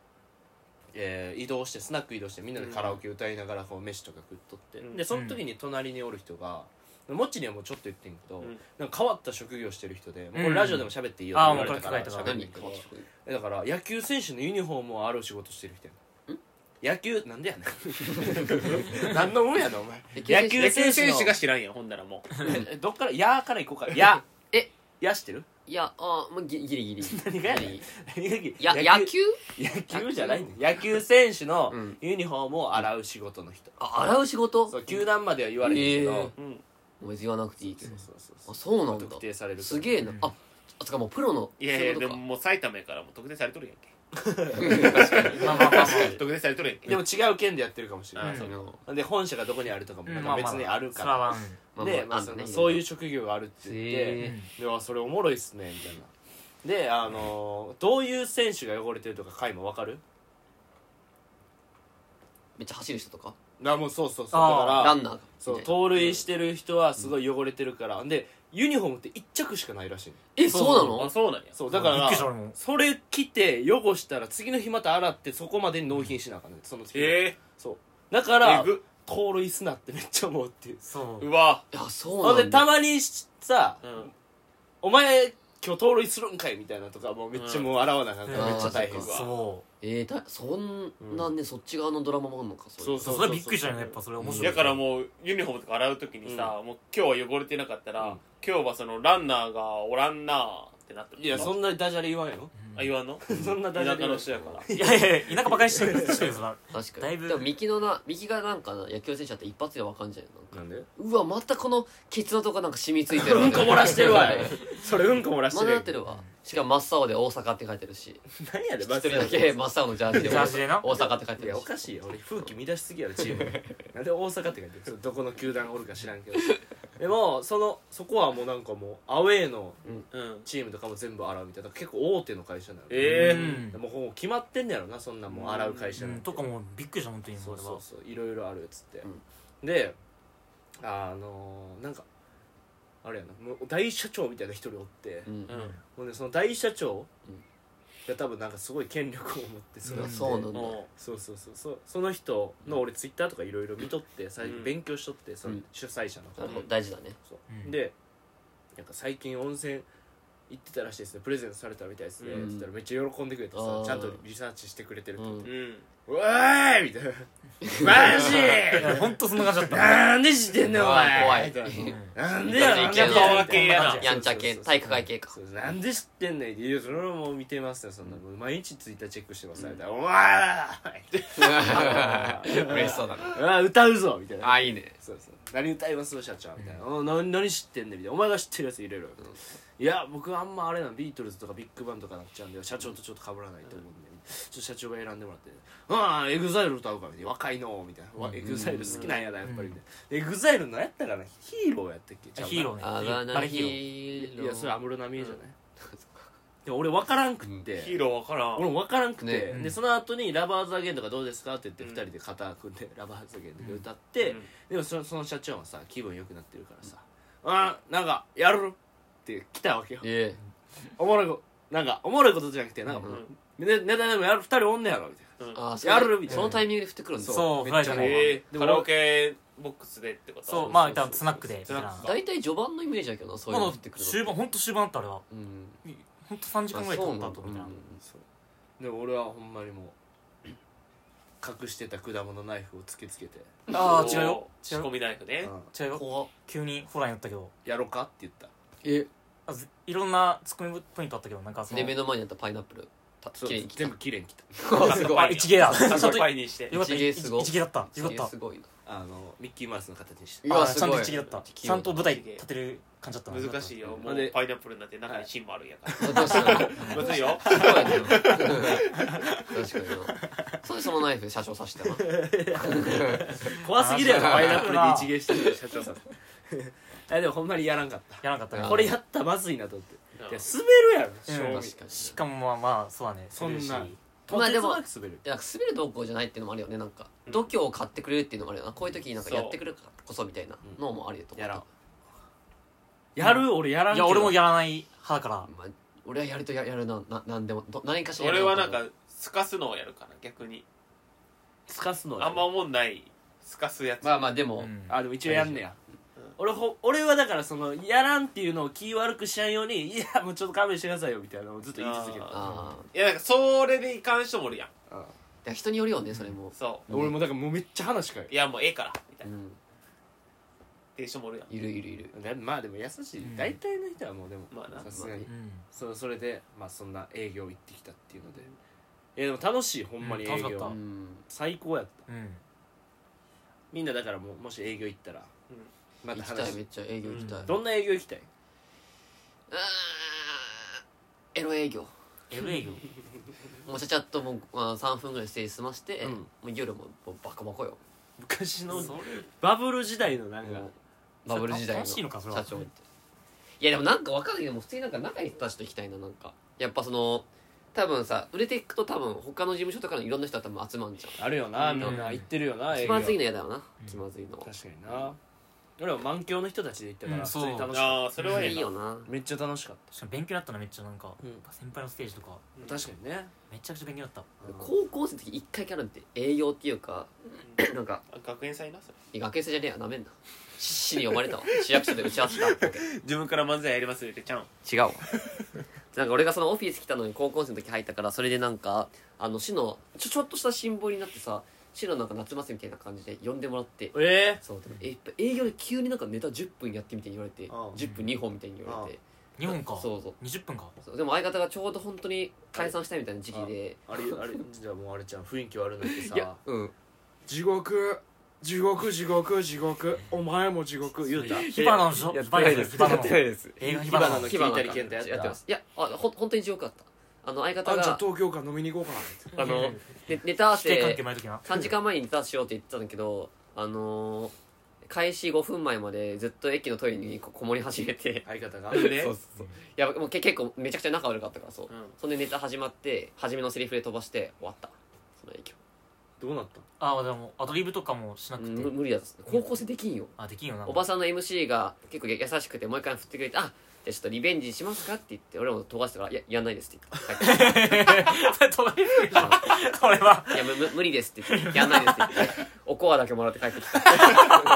[SPEAKER 1] えー移動してスナック移動してみんなでカラオケ歌いながらこう飯とか食っとって、
[SPEAKER 2] うん
[SPEAKER 1] でその時に隣におる人がもっちにはもうちょっと言ってんけど、
[SPEAKER 2] うん
[SPEAKER 1] なんか変わった職業してる人で、もうこ
[SPEAKER 3] う
[SPEAKER 1] れ
[SPEAKER 3] ん
[SPEAKER 1] ラジオでも喋っていいよ
[SPEAKER 3] あ
[SPEAKER 1] っ
[SPEAKER 3] ー
[SPEAKER 1] て言われたから
[SPEAKER 3] もうこれ書いたか
[SPEAKER 1] 喋
[SPEAKER 3] ら
[SPEAKER 1] んね
[SPEAKER 4] 何
[SPEAKER 1] んけ
[SPEAKER 4] か
[SPEAKER 1] どえだから野球選手のユニフォームをある仕事してる人やな野球なんでやねん [LAUGHS] 何の運やねんお前
[SPEAKER 4] 野球
[SPEAKER 2] 野球選
[SPEAKER 1] 野
[SPEAKER 2] 手が知らんやんほんならも
[SPEAKER 1] えどっから「や」から行こうか「や」
[SPEAKER 4] え
[SPEAKER 1] やしてる [LAUGHS]
[SPEAKER 4] いやあーもうギギリギリ
[SPEAKER 1] 何がやねん
[SPEAKER 4] ギリギ
[SPEAKER 1] 何が
[SPEAKER 4] リや野球
[SPEAKER 1] 野球じゃないねん [LAUGHS] 野球選手の
[SPEAKER 4] うん
[SPEAKER 1] ユニフォームを洗う仕事の人
[SPEAKER 4] あ洗う仕事
[SPEAKER 1] そう球団までは言われへんけ
[SPEAKER 4] え
[SPEAKER 1] ど
[SPEAKER 4] えお前言わなくていいけど
[SPEAKER 1] そうそうそうそ
[SPEAKER 4] あ
[SPEAKER 1] う
[SPEAKER 4] そうなんだ
[SPEAKER 1] 特定される
[SPEAKER 4] すげえなああつかもうプロの
[SPEAKER 2] ういやいや
[SPEAKER 4] そう
[SPEAKER 2] で
[SPEAKER 4] うこと
[SPEAKER 2] も
[SPEAKER 4] か
[SPEAKER 2] もう埼玉やからもう特定されとるやんけ
[SPEAKER 3] まあまあまあまあ
[SPEAKER 2] 特定されとるやんけ
[SPEAKER 1] でも違う県でやってるかもしれ
[SPEAKER 2] あ
[SPEAKER 1] な
[SPEAKER 2] あ
[SPEAKER 1] い
[SPEAKER 2] そう
[SPEAKER 4] うん
[SPEAKER 1] で本社がどこにあるとかも
[SPEAKER 3] うん
[SPEAKER 1] なん
[SPEAKER 3] ま
[SPEAKER 1] か
[SPEAKER 3] あま
[SPEAKER 1] 別にある
[SPEAKER 3] そ
[SPEAKER 1] から
[SPEAKER 3] は
[SPEAKER 1] ら
[SPEAKER 4] まあま
[SPEAKER 1] で
[SPEAKER 4] あ
[SPEAKER 1] まあ
[SPEAKER 4] んだ
[SPEAKER 1] そ
[SPEAKER 4] ね
[SPEAKER 1] のそういう職業があるって言って
[SPEAKER 4] へ
[SPEAKER 1] であそれおもろいっすねみたいなであのどういう選手が汚れてるとか回も分かる
[SPEAKER 4] めっちゃ走る人とか
[SPEAKER 1] あもうそうそうそうだ
[SPEAKER 3] あー
[SPEAKER 1] から
[SPEAKER 4] ランナーが
[SPEAKER 1] そう
[SPEAKER 4] みたいな
[SPEAKER 1] 盗塁してる人はすごい汚れてるからでユニフォームって1着しかないらしいの
[SPEAKER 4] えそうな
[SPEAKER 2] あ
[SPEAKER 4] の
[SPEAKER 2] そうなんや
[SPEAKER 1] そうだから
[SPEAKER 3] びっくりした俺も
[SPEAKER 1] それ着て汚したら次の日また洗ってそこまでに納品しなあかんねんその次
[SPEAKER 2] え
[SPEAKER 1] そうだから
[SPEAKER 2] えぐ
[SPEAKER 1] 盗塁すなってめっちゃ思うっていう
[SPEAKER 3] そう
[SPEAKER 2] うわ
[SPEAKER 4] いやそ
[SPEAKER 1] ほ
[SPEAKER 4] うんな
[SPEAKER 1] で
[SPEAKER 4] ん
[SPEAKER 1] た
[SPEAKER 4] だ
[SPEAKER 1] まにさ
[SPEAKER 2] うん
[SPEAKER 1] 「お前今日盗塁するんかい」みたいなとかもうめっちゃもう洗わなあかんから
[SPEAKER 4] うん
[SPEAKER 1] めっちゃ大変
[SPEAKER 4] あーそ
[SPEAKER 1] わ
[SPEAKER 4] っ
[SPEAKER 3] そ
[SPEAKER 4] えー、たそんなね、そっち側のドラマもあんのか
[SPEAKER 2] そう
[SPEAKER 4] そ
[SPEAKER 2] そう
[SPEAKER 3] それはびっくりしたよねやっぱそれ面白い
[SPEAKER 2] だからもうユニフォームとか洗う時にさ、もう今日は汚れてなかった
[SPEAKER 1] う
[SPEAKER 2] ら、
[SPEAKER 1] ん
[SPEAKER 2] 今日はそのランナーがおらんなーってなってる
[SPEAKER 1] いやそんなダジャレ言わんやろ
[SPEAKER 2] あ言わんの
[SPEAKER 1] そんな
[SPEAKER 2] 田
[SPEAKER 1] ダジャレ
[SPEAKER 2] 舎
[SPEAKER 1] 言わん
[SPEAKER 2] の人やから
[SPEAKER 3] いやいやいや田舎ばかりしてるしてるよそら
[SPEAKER 4] う確かに
[SPEAKER 3] だいぶ
[SPEAKER 4] でも右のな右がなんかな野球選手だって一発でわかんじゃうよなんか
[SPEAKER 1] なんで
[SPEAKER 4] うわまたこのケツのとこなんか染みついてる
[SPEAKER 1] [LAUGHS] うんこ漏らして
[SPEAKER 4] [LAUGHS]
[SPEAKER 1] るわそれうんこ漏らして
[SPEAKER 4] ま
[SPEAKER 1] る
[SPEAKER 4] だ
[SPEAKER 1] や
[SPEAKER 4] なんってるわしかも真っ青で大阪って書いてるし
[SPEAKER 1] 何やで
[SPEAKER 4] 一 [LAUGHS] 人だけ真っ青のジャージで
[SPEAKER 3] ジャージでな
[SPEAKER 4] 大阪って書いて
[SPEAKER 1] い
[SPEAKER 4] る
[SPEAKER 1] や
[SPEAKER 4] し
[SPEAKER 1] おかしいよ俺風紀乱しすぎやろチーム [LAUGHS] になんで大阪って書いてるそれどこの球団おるか知らんけど [LAUGHS] でもそのそこはもうなんかもうアウェーの
[SPEAKER 2] うん
[SPEAKER 1] チームとかも全部洗うみたいな結構大手の会社なの
[SPEAKER 2] え
[SPEAKER 3] うん
[SPEAKER 1] もうほぼ決まってんねやろなそんなもう洗う会社
[SPEAKER 3] う
[SPEAKER 1] なん
[SPEAKER 3] ん
[SPEAKER 1] て
[SPEAKER 3] とかもうびっくりした本当に
[SPEAKER 1] そ
[SPEAKER 3] も
[SPEAKER 1] う
[SPEAKER 3] う
[SPEAKER 1] そうそういろいろあるっつって、であのーなんかあれやなもう大社長みたいな一人おって、
[SPEAKER 4] うん
[SPEAKER 2] うん
[SPEAKER 1] もうねその大社長
[SPEAKER 4] うん
[SPEAKER 1] が多分なんかすごい権力を持ってそうの
[SPEAKER 3] ん
[SPEAKER 4] そうなんだ
[SPEAKER 2] も
[SPEAKER 1] そうそうそうそうその人の俺ツイッターとかいろいろ見とって最
[SPEAKER 2] うん
[SPEAKER 1] 近勉強しとってそうの
[SPEAKER 4] ん
[SPEAKER 1] 主催者の
[SPEAKER 4] あ
[SPEAKER 1] 方
[SPEAKER 4] の大事だね
[SPEAKER 1] そう
[SPEAKER 3] うん
[SPEAKER 1] でなんか最近温泉行ってたらしいですねプレゼントされたみたいですね、
[SPEAKER 4] うん
[SPEAKER 1] つったらめっちゃ喜んでくれて
[SPEAKER 4] あ
[SPEAKER 1] さ
[SPEAKER 4] ー
[SPEAKER 1] ちゃんとリサーチしてくれてる
[SPEAKER 4] う
[SPEAKER 1] と
[SPEAKER 4] ん
[SPEAKER 2] ううん
[SPEAKER 1] 「うわーい!」みたいな「マジ
[SPEAKER 3] い [LAUGHS] や本当そんな感じだった
[SPEAKER 1] なんで知ってんねんお前!」
[SPEAKER 4] 怖い
[SPEAKER 1] みたいなな
[SPEAKER 3] うん
[SPEAKER 1] んでや
[SPEAKER 4] い
[SPEAKER 1] なん
[SPEAKER 4] かつい
[SPEAKER 1] で
[SPEAKER 4] 系
[SPEAKER 1] や
[SPEAKER 4] の
[SPEAKER 1] 顔分けや
[SPEAKER 3] そ
[SPEAKER 1] な
[SPEAKER 3] う
[SPEAKER 4] やんちゃ系体育会系か
[SPEAKER 1] そうなんで知ってんねんいやそれはもう見てますねそんなもう毎日ツイッターチェックしてますみたいな「お前!」
[SPEAKER 4] [LAUGHS] 嬉しそうだな
[SPEAKER 1] あ歌うぞみたいな
[SPEAKER 4] あいいね
[SPEAKER 1] そうそう何歌います社長みたいな、お何何知ってんねんみたいなお前が知ってるやつ入れろよ、いや僕あんまあれなのビートルズとかビッグバンドとかなっちゃうんで社長とちょっと被らないと思うんで、ちょっと社長が選んでもらって「ああエグザイル歌うか」みたいな「若いの」みたいなわ「エグザイル好きなんやなやっぱり」みたいなエグザイルのやったらなヒーローやったっけちゃうか
[SPEAKER 3] ヒーローね
[SPEAKER 4] あ
[SPEAKER 3] バ
[SPEAKER 4] だ名
[SPEAKER 3] レヒ
[SPEAKER 4] ヒ
[SPEAKER 3] ーロ
[SPEAKER 4] ーロ
[SPEAKER 1] いやそれ
[SPEAKER 4] ー
[SPEAKER 1] 安室奈美恵じゃない、 [LAUGHS] でも俺分からんくって、
[SPEAKER 2] ヒーローわからん
[SPEAKER 1] 俺も分からんくて、
[SPEAKER 4] ね
[SPEAKER 3] うん
[SPEAKER 1] でその後に「ラバーズ・アゲイン」とかどうですかって言って
[SPEAKER 2] うん
[SPEAKER 1] 2人で肩組んで「 [LAUGHS] ラバーズ・アゲイン」とか歌って、
[SPEAKER 2] うん
[SPEAKER 1] でもそのその社長はさ気分良くなってるからさ「あーなんかやる?」って来たわけよ
[SPEAKER 4] いえ
[SPEAKER 1] おもろいこなんかおもろいことじゃなくてなんか、
[SPEAKER 2] うん
[SPEAKER 1] ねネタでもやる2人おんねやろみたいな
[SPEAKER 2] うん
[SPEAKER 4] あ
[SPEAKER 1] やるみたいな
[SPEAKER 4] そのタイミングで振ってくるんだ
[SPEAKER 3] そう
[SPEAKER 1] めっちゃ
[SPEAKER 3] フライじゃない
[SPEAKER 2] えーカラオケボックスでってこと
[SPEAKER 3] そう
[SPEAKER 1] う
[SPEAKER 3] まあ
[SPEAKER 1] そう
[SPEAKER 3] 多分スナックでみたいな
[SPEAKER 2] スナックか
[SPEAKER 4] 大体序盤のイメージだけどなそういう
[SPEAKER 3] ま
[SPEAKER 4] の
[SPEAKER 3] あ
[SPEAKER 4] 振ってくるの
[SPEAKER 3] 終盤本当終盤だったあれは
[SPEAKER 4] うん
[SPEAKER 3] 本当3時間ぐらい経った後みたい
[SPEAKER 4] あ
[SPEAKER 3] な
[SPEAKER 4] そうなんだ
[SPEAKER 1] そうでも俺はほんまにもう隠してた果物ナイフを突きつけて
[SPEAKER 3] ああ違うよ違
[SPEAKER 2] 仕
[SPEAKER 3] う
[SPEAKER 2] 込
[SPEAKER 3] よ
[SPEAKER 2] みナイフ
[SPEAKER 1] 「う
[SPEAKER 2] ね
[SPEAKER 1] ん
[SPEAKER 3] 違うよ
[SPEAKER 4] 怖っ
[SPEAKER 3] 急にホラーになったけど
[SPEAKER 1] やろか?」って言った
[SPEAKER 4] え
[SPEAKER 3] あずいろんなツッコミポイントあったけどなんかその
[SPEAKER 4] で目の前にあったパイナップルた
[SPEAKER 1] そう
[SPEAKER 4] きれいに切っ
[SPEAKER 1] 全部きれいに切った
[SPEAKER 4] た [LAUGHS] すご
[SPEAKER 3] あ
[SPEAKER 4] い
[SPEAKER 3] 一芸だちょっ
[SPEAKER 2] 朝
[SPEAKER 3] とよ
[SPEAKER 2] パ
[SPEAKER 3] かっ
[SPEAKER 2] イにして
[SPEAKER 3] た
[SPEAKER 4] 一芸すご
[SPEAKER 3] 一芸だったよかっ
[SPEAKER 4] すごいな
[SPEAKER 1] あのミッキーマウスの形にして
[SPEAKER 4] う
[SPEAKER 3] た
[SPEAKER 4] わ
[SPEAKER 3] あ
[SPEAKER 4] す
[SPEAKER 3] ちゃん
[SPEAKER 4] ごい
[SPEAKER 3] と一芸だったちゃんと舞台立てる感じだったな
[SPEAKER 2] 難しいよも
[SPEAKER 1] ほんで
[SPEAKER 2] うパイナップルなんて中に芯もあるんやか
[SPEAKER 4] [LAUGHS] 確かにそう
[SPEAKER 2] らむずいよ
[SPEAKER 4] やね確かになそれでそのナイフで社長
[SPEAKER 3] [LAUGHS]
[SPEAKER 4] 刺してたな
[SPEAKER 1] 怖すぎるやろ
[SPEAKER 3] あ
[SPEAKER 1] パ
[SPEAKER 3] ー
[SPEAKER 1] イナップルで一芸してる社長 [LAUGHS] さんあでもほんまにやらんかった
[SPEAKER 3] やらなかった
[SPEAKER 4] あ
[SPEAKER 3] ね
[SPEAKER 4] ー
[SPEAKER 1] これやったらまずいなと思って
[SPEAKER 2] うん
[SPEAKER 1] いや滑るや
[SPEAKER 3] うん
[SPEAKER 1] ろ正味
[SPEAKER 4] 確か
[SPEAKER 3] し
[SPEAKER 4] に
[SPEAKER 3] かもまあまあそうだね
[SPEAKER 1] そんな
[SPEAKER 4] ま
[SPEAKER 1] と
[SPEAKER 4] あで
[SPEAKER 1] て
[SPEAKER 4] も
[SPEAKER 1] もなく滑る
[SPEAKER 4] いや滑る動向じゃないっていうのもあるよねなんか度胸を買ってくれるっていうのもあるよなこういう時になんかやってくるからこそみたいなのもあるよと思
[SPEAKER 1] や
[SPEAKER 4] っ
[SPEAKER 1] ら
[SPEAKER 4] た
[SPEAKER 1] んやる俺やらん
[SPEAKER 3] い
[SPEAKER 1] け
[SPEAKER 3] や
[SPEAKER 1] ど
[SPEAKER 3] 俺もやらない派だから
[SPEAKER 4] まあ俺はやるとややるなななんでもど何かしらやる
[SPEAKER 2] 俺はなん
[SPEAKER 4] と
[SPEAKER 2] かすかすのをやるから逆に
[SPEAKER 1] すかすのは
[SPEAKER 2] あんま思んないすかすやつ
[SPEAKER 4] まあまあでも、
[SPEAKER 3] うん
[SPEAKER 1] あでも一応やんねや
[SPEAKER 2] うん
[SPEAKER 1] 俺ほ俺はだからそのやらんっていうのを気悪くしちゃうようにいやもうちょっと勘弁してくださいよみたいなのをずっと言い続ける
[SPEAKER 2] あ
[SPEAKER 4] ああ
[SPEAKER 2] いやなんかそれでいかん人もおるやん
[SPEAKER 4] いや人によるよねそれも、
[SPEAKER 2] そ
[SPEAKER 1] 俺もだからもうめっちゃ話かよ
[SPEAKER 2] ういやもうええからみた
[SPEAKER 4] う
[SPEAKER 2] いなっ
[SPEAKER 4] ん、
[SPEAKER 2] ていう人もおるやん
[SPEAKER 4] いるいるいる
[SPEAKER 1] でまあでも優しい大体の人はもうでも
[SPEAKER 2] まあな
[SPEAKER 1] さすがに
[SPEAKER 3] うん
[SPEAKER 1] そうそれで、まあ、そんな営業行ってきたっていうのでいやでも楽しいほんまに営
[SPEAKER 3] うん
[SPEAKER 1] 業、
[SPEAKER 3] 楽しか
[SPEAKER 4] う
[SPEAKER 3] った
[SPEAKER 4] ん
[SPEAKER 1] 最高やった
[SPEAKER 3] うん
[SPEAKER 1] みんなだからもうもし営業行ったら、ま
[SPEAKER 4] 行
[SPEAKER 1] た
[SPEAKER 4] きた
[SPEAKER 1] 話
[SPEAKER 4] い
[SPEAKER 1] し
[SPEAKER 4] めってちゃ営業行きたい、う
[SPEAKER 1] どんな営業行きたい
[SPEAKER 4] ーんエロ営業
[SPEAKER 3] LA よ
[SPEAKER 4] もうちゃちゃっともう、まあ、3分ぐらいステージ済まして、
[SPEAKER 1] うん
[SPEAKER 4] もう夜ももうバカバカよ
[SPEAKER 1] 昔のバブル時代のなんか、
[SPEAKER 4] もうバブル時代の
[SPEAKER 3] 楽しいのかそれは
[SPEAKER 4] 社長っていやでもなんかわかんないけどもう普通になんか仲いい人たちと行きたいななんかやっぱその多分さ売れていくと多分他の事務所とかのいろんな人は多分集まんじゃ
[SPEAKER 1] あるよな
[SPEAKER 3] うん
[SPEAKER 1] みんな行ってるよな、
[SPEAKER 4] ん
[SPEAKER 1] 営
[SPEAKER 4] 気
[SPEAKER 1] 業
[SPEAKER 4] まずいの嫌だよな、気まずいの
[SPEAKER 1] 確かにな俺は満響の人たちで行ったから
[SPEAKER 3] うん
[SPEAKER 1] 普通に楽しかっ
[SPEAKER 2] ああそれは
[SPEAKER 4] い
[SPEAKER 2] え
[SPEAKER 4] い
[SPEAKER 2] えな
[SPEAKER 4] よな
[SPEAKER 1] ためっちゃ楽しかっ
[SPEAKER 3] しかも勉強になったのめっちゃなんか、
[SPEAKER 1] うん
[SPEAKER 3] やっぱ先輩のステージとか
[SPEAKER 2] うん
[SPEAKER 1] た確かにね
[SPEAKER 3] めちゃくちゃ勉強になった
[SPEAKER 4] 高校生の時一回キャラって栄養っていうかなんか
[SPEAKER 2] あ学園祭なそれ
[SPEAKER 4] 学園生じゃねえやなめんな市に呼ばれたわ市役所で打ち合わせた
[SPEAKER 2] 自分から漫才やりますってちゃん
[SPEAKER 4] 違うわ [LAUGHS] なんか俺がそのオフィス来たのに高校生の時入ったからそれでなんかあの市のちょちょっとした辛抱になってさ市のなんか夏祭りみたいな感じで呼んでもらって
[SPEAKER 1] え
[SPEAKER 4] そうでもえやっぱ営業で急になんかネタ10分やってみたいに言われて
[SPEAKER 2] ああ
[SPEAKER 4] 10分2本みたいに言われて
[SPEAKER 3] 2本か
[SPEAKER 4] そうそう
[SPEAKER 3] 20分か
[SPEAKER 4] そうでも相方がちょうど本当に解散したいみたいな時期で
[SPEAKER 1] あれあれじゃあもうあれちゃん雰囲気悪なって
[SPEAKER 4] いや
[SPEAKER 1] さ
[SPEAKER 4] うん
[SPEAKER 1] 地獄地獄地獄地獄お前も地獄言うた
[SPEAKER 3] 火花のしょ
[SPEAKER 4] やって
[SPEAKER 3] バ
[SPEAKER 4] ない
[SPEAKER 3] イ
[SPEAKER 4] で
[SPEAKER 3] ですす
[SPEAKER 4] や
[SPEAKER 3] 火
[SPEAKER 4] っ
[SPEAKER 3] 花
[SPEAKER 4] て
[SPEAKER 3] の
[SPEAKER 4] ないです
[SPEAKER 3] 映画火
[SPEAKER 1] 火花
[SPEAKER 3] 花
[SPEAKER 1] の
[SPEAKER 3] の
[SPEAKER 1] 聞いたりけんたや
[SPEAKER 4] や
[SPEAKER 1] つ
[SPEAKER 4] って
[SPEAKER 1] だ
[SPEAKER 4] ますいやあほん本当に地獄だったあの相
[SPEAKER 1] あ
[SPEAKER 4] 方
[SPEAKER 1] じゃあ
[SPEAKER 4] が
[SPEAKER 1] 東京から飲みに行こうかなって
[SPEAKER 4] あのねネタ合わ
[SPEAKER 3] 否定関
[SPEAKER 4] せ
[SPEAKER 3] 係ない時な
[SPEAKER 4] 3時間前にネタしようって言ってたんだけどあのー開始5分前までずっと駅のトイレにここもり始めて
[SPEAKER 1] 相方が
[SPEAKER 4] ね
[SPEAKER 1] ね
[SPEAKER 4] いやもうけ結構めちゃくちゃ仲悪かったからそう、
[SPEAKER 2] うん
[SPEAKER 4] そんでネタ始まって初めのセリフで飛ばして終わったその影響
[SPEAKER 1] どうなった
[SPEAKER 3] あでもアドリブとかもしなく
[SPEAKER 4] む
[SPEAKER 3] て
[SPEAKER 4] 無理だっつって高校生できんよ
[SPEAKER 3] あできんよな [LAUGHS]
[SPEAKER 4] おばさんの MC が結構優しくてもう一回振ってくれて「あじゃあちょっとリベンジしますか?」って言って俺も飛ばしたから「いややんないです」って言って帰って
[SPEAKER 3] 止める
[SPEAKER 4] [LAUGHS]
[SPEAKER 3] よこれは
[SPEAKER 4] 「いやむむ無理です」って言って「やんないです」って言
[SPEAKER 3] [LAUGHS]
[SPEAKER 4] っておこわだけもらって帰ってきた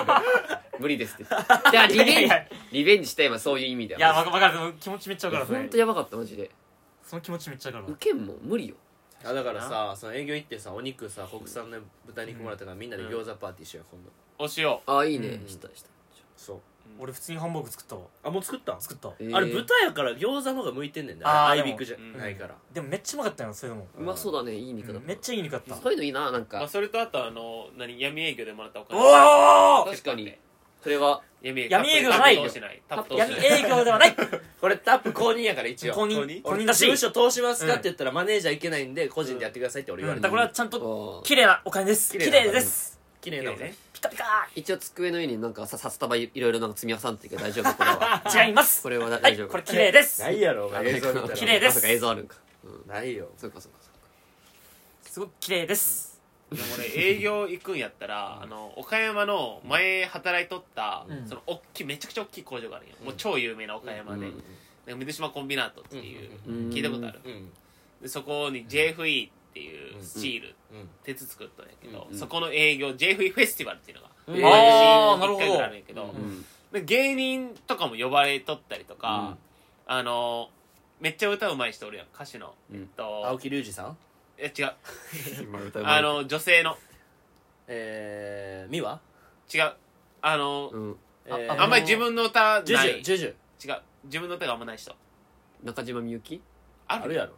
[SPEAKER 4] 無理ですって言ってじゃあリ
[SPEAKER 3] いや
[SPEAKER 4] ベン
[SPEAKER 3] い
[SPEAKER 4] ジ
[SPEAKER 3] や
[SPEAKER 4] リベンジした今そういう意味だよ
[SPEAKER 3] いやわかわかるでも気持ちめっちゃわかるそ
[SPEAKER 4] ほ
[SPEAKER 3] れ
[SPEAKER 4] んとやばかったマジで
[SPEAKER 3] その気持ちめっちゃわかるわ
[SPEAKER 4] 受けんもん無理よ
[SPEAKER 1] あだからさその営業行ってさお肉さ国産の豚肉もらったからみんなで餃子パーティーしようよ今度
[SPEAKER 2] おしよ
[SPEAKER 4] ああいいね、
[SPEAKER 3] うん
[SPEAKER 4] したした
[SPEAKER 1] そう
[SPEAKER 3] 俺普通にハンバーグ作ったわ
[SPEAKER 1] あもう作った
[SPEAKER 3] 作った
[SPEAKER 4] えー
[SPEAKER 1] あれ豚やから餃子の方が向いてんねんね
[SPEAKER 3] あー
[SPEAKER 1] あいびくじゃ
[SPEAKER 2] でも
[SPEAKER 1] ないから
[SPEAKER 3] でもめっちゃうまかったよそれでも
[SPEAKER 4] うまそうだねいい肉だ、
[SPEAKER 3] めっちゃいい肉だった
[SPEAKER 4] そういうのいいななん
[SPEAKER 2] う、
[SPEAKER 4] か、
[SPEAKER 2] まあ、それとあとあの何闇営業でもらったお金
[SPEAKER 3] おお
[SPEAKER 4] 確かにそれは
[SPEAKER 2] 闇営
[SPEAKER 3] 闇営業じゃないよ
[SPEAKER 2] タップ通してないタップ通し
[SPEAKER 3] 闇
[SPEAKER 2] てない
[SPEAKER 3] 営業ではない
[SPEAKER 1] これタップ公認やから一応
[SPEAKER 3] 公認
[SPEAKER 1] 俺
[SPEAKER 3] 公認だし
[SPEAKER 1] 事務所通しますか
[SPEAKER 3] うん
[SPEAKER 1] って言ったらマネージャーいけないんで個人でやってくださいって俺言わ
[SPEAKER 3] だ
[SPEAKER 1] れ
[SPEAKER 3] か
[SPEAKER 1] た
[SPEAKER 3] らこれはちゃんと
[SPEAKER 4] こう
[SPEAKER 3] 綺麗なお金です
[SPEAKER 1] 綺
[SPEAKER 3] 綺
[SPEAKER 1] 麗なお金
[SPEAKER 3] 麗です
[SPEAKER 1] 綺麗なのね
[SPEAKER 3] ピカピカ
[SPEAKER 4] 一応机の上になんかさ札束いろいろなんか積み挟んでるけど大丈夫こ
[SPEAKER 3] [LAUGHS]
[SPEAKER 4] れは
[SPEAKER 3] 違います
[SPEAKER 4] これはな
[SPEAKER 3] は
[SPEAKER 4] 大
[SPEAKER 3] い
[SPEAKER 4] 丈夫
[SPEAKER 3] これ綺麗です
[SPEAKER 1] ないやろお前映像見たら
[SPEAKER 3] [LAUGHS] 綺麗です
[SPEAKER 4] あそうか映像あるんか
[SPEAKER 1] ないよ
[SPEAKER 4] そうかそうかそうか
[SPEAKER 3] すごく綺麗です
[SPEAKER 2] でも俺営業行くんやったらあの岡山の前働いとった、
[SPEAKER 3] うん
[SPEAKER 2] そのおっきいめちゃくちゃ大きい工場があるんよ、もう超有名な岡山で、なんか水島コンビナートっていう、
[SPEAKER 4] うん
[SPEAKER 2] 聞いたことある、
[SPEAKER 1] うん
[SPEAKER 2] でそこに JFE っていうスチール、
[SPEAKER 1] うん
[SPEAKER 2] 鉄作ったんやけど、
[SPEAKER 1] うん
[SPEAKER 2] そこの営業 JFE フェスティバルっていうのが、
[SPEAKER 1] ん
[SPEAKER 2] 毎
[SPEAKER 3] あー
[SPEAKER 2] 年一回ぐらいあるんやけ
[SPEAKER 1] なる
[SPEAKER 2] ど
[SPEAKER 1] ほ、ど
[SPEAKER 4] うん
[SPEAKER 2] で芸人とかも呼ばれとったりとか、あのめっちゃ歌うまい人おるやん歌手の、
[SPEAKER 4] うん
[SPEAKER 2] えっと
[SPEAKER 1] 青木隆二さん
[SPEAKER 2] え違う
[SPEAKER 4] 今歌うまい
[SPEAKER 2] あの女性の
[SPEAKER 1] えー美和
[SPEAKER 2] 違うあの、
[SPEAKER 4] うん
[SPEAKER 1] えー
[SPEAKER 3] あ
[SPEAKER 2] あんまり自分の歌
[SPEAKER 1] ジュ
[SPEAKER 2] な
[SPEAKER 1] ジ
[SPEAKER 2] い
[SPEAKER 1] ュジュジュ
[SPEAKER 2] 違う自分の手があんまない人
[SPEAKER 4] 中島みゆき
[SPEAKER 2] あ
[SPEAKER 1] ある [LAUGHS] やろ